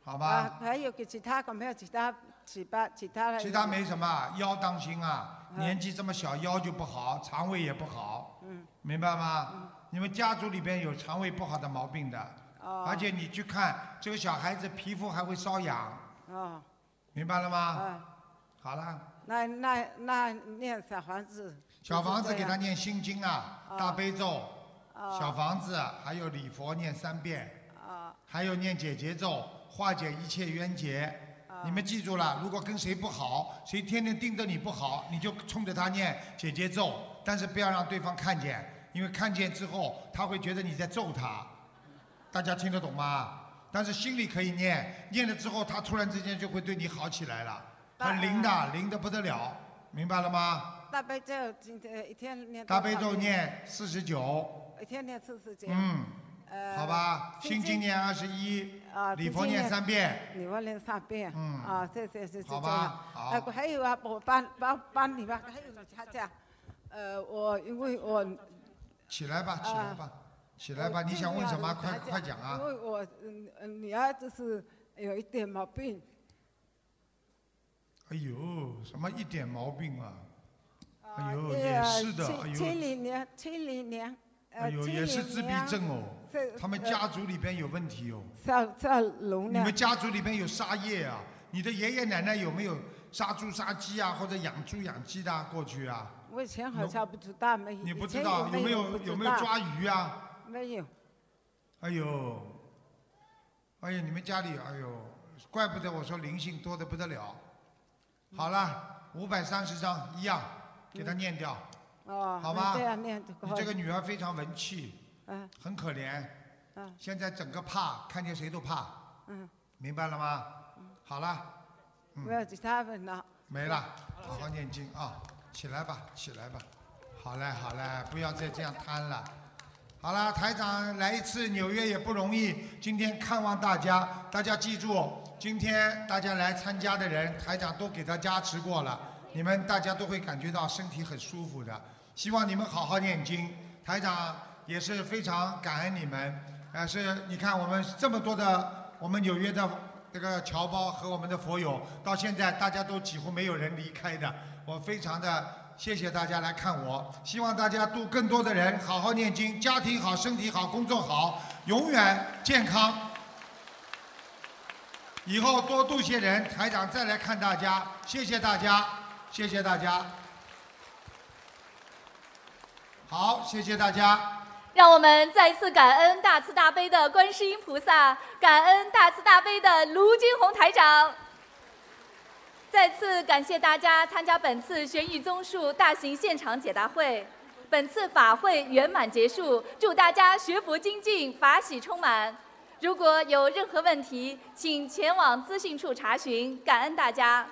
C: 好
O: 啊
C: 吧，，
O: 还有给其他有没有其他其他其他的
C: 其他没什么，腰当心啊，年纪这么小腰就不好，肠胃也不好，
O: 嗯
C: 明白吗？你们家族里边有肠胃不好的毛病的，
O: 哦
C: 而且你去看这个小孩子皮肤还会瘙痒，
O: 哦
C: 明白了吗？
O: 啊，
C: 好了。
O: 那那那念小房子，
C: 小房子
O: 就是这
C: 给
O: 样
C: 他念心经啊，
O: 哦
C: 大悲咒，
O: 哦
C: 小房子啊还有礼佛念三遍，
O: 啊
C: 还有念解结咒，化解一切冤结。你们记住了，如果跟谁不好，谁天天盯着你不好，你就冲着他念解结咒，但是不要让对方看见，因为看见之后他会觉得你在咒他。大家听得懂吗？但是心里可以念，念了之后他突然之间就会对你好起来了，很灵的，灵的不得了，明白了吗？
O: 大悲咒今天一天念多
C: 大
O: 少
C: 悲咒
O: 遍
C: 念四十九，
O: 一天念四十九，
C: 嗯，
O: 呃，
C: 好吧，心经念二十一，
O: 啊，
C: 礼佛念三遍，，
O: 礼佛念三遍，
C: 嗯
O: 啊，谢谢谢谢，
C: 好吧
O: 这样
C: 好
O: 呃还有啊，我帮帮帮你吧，还有他这样，呃，我因为我
C: 起来
O: 啊
C: 吧，起来吧，起来吧，
O: 我
C: 你
O: 这
C: 想
O: 个
C: 问
O: 要
C: 什么？
O: 是
C: 快
O: 打
C: 快讲啊
O: 因！为我嗯呃女儿就是有一点毛病，
C: 哎呦，什么一点毛病啊？
O: 啊
C: 哎呦，
O: 这
C: 也
O: 个
C: 是的，
O: 七
C: 哎
O: 七
C: 呦，
O: 零年七零年，呃
C: 哎呦，
O: 七
C: 也是
O: 零
C: 自闭
O: 年
C: 症哦
O: 这，
C: 他们
O: 呃
C: 家族里边有问题哦，
O: 赵赵龙
C: 你
O: 呢？
C: 们家族里边有杀业啊？你的爷爷奶奶有没有杀猪杀鸡啊，或者养猪养鸡的啊过去啊？
O: 我以前好像不知道没，
C: 你
O: 以
C: 不知
O: 前
C: 道有
O: 没
C: 没
O: 不
C: 有
O: 知
C: 有没有
O: 道
C: 抓鱼啊？
O: 没有，
C: 哎呦，哎呀，你们家里，哎呦，怪不得我说灵性多的不得了。好了，五百三十张一样，给他念掉。
O: 哦，
C: 好吧
O: 这样念就
C: 你这个女儿非常文气，
O: 嗯
C: 很可怜，
O: 嗯
C: 现在整个怕，看见谁都怕，
O: 嗯，
C: 明白了吗？好了，嗯
O: 没有其他问了。
C: 没了，好好念经啊，起来吧，起来吧。好嘞，好嘞，不要再这样贪了。好了，台长来一次纽约也不容易。今天看望大家，大家记住，今天大家来参加的人，台长都给他加持过了，你们大家都会感觉到身体很舒服的。希望你们好好念经，台长也是非常感恩你们。呃，是你看我们这么多的，我们纽约的这个侨胞和我们的佛友，到现在大家都几乎没有人离开的，我非常的谢谢大家来看我，希望大家度更多的人好好念经，家庭好，身体好，工作好，永远健康。以后多度些人，台长再来看大家，谢谢大家，谢谢大家。好，谢谢大家。
A: 让我们再次感恩大慈大悲的观世音菩萨，感恩大慈大悲的卢军红台长。再次感谢大家参加本次悬疑综述大型现场解答会。本次法会圆满结束，祝大家学佛精进，法喜充满。如果有任何问题，请前往资讯处查询。感恩大家。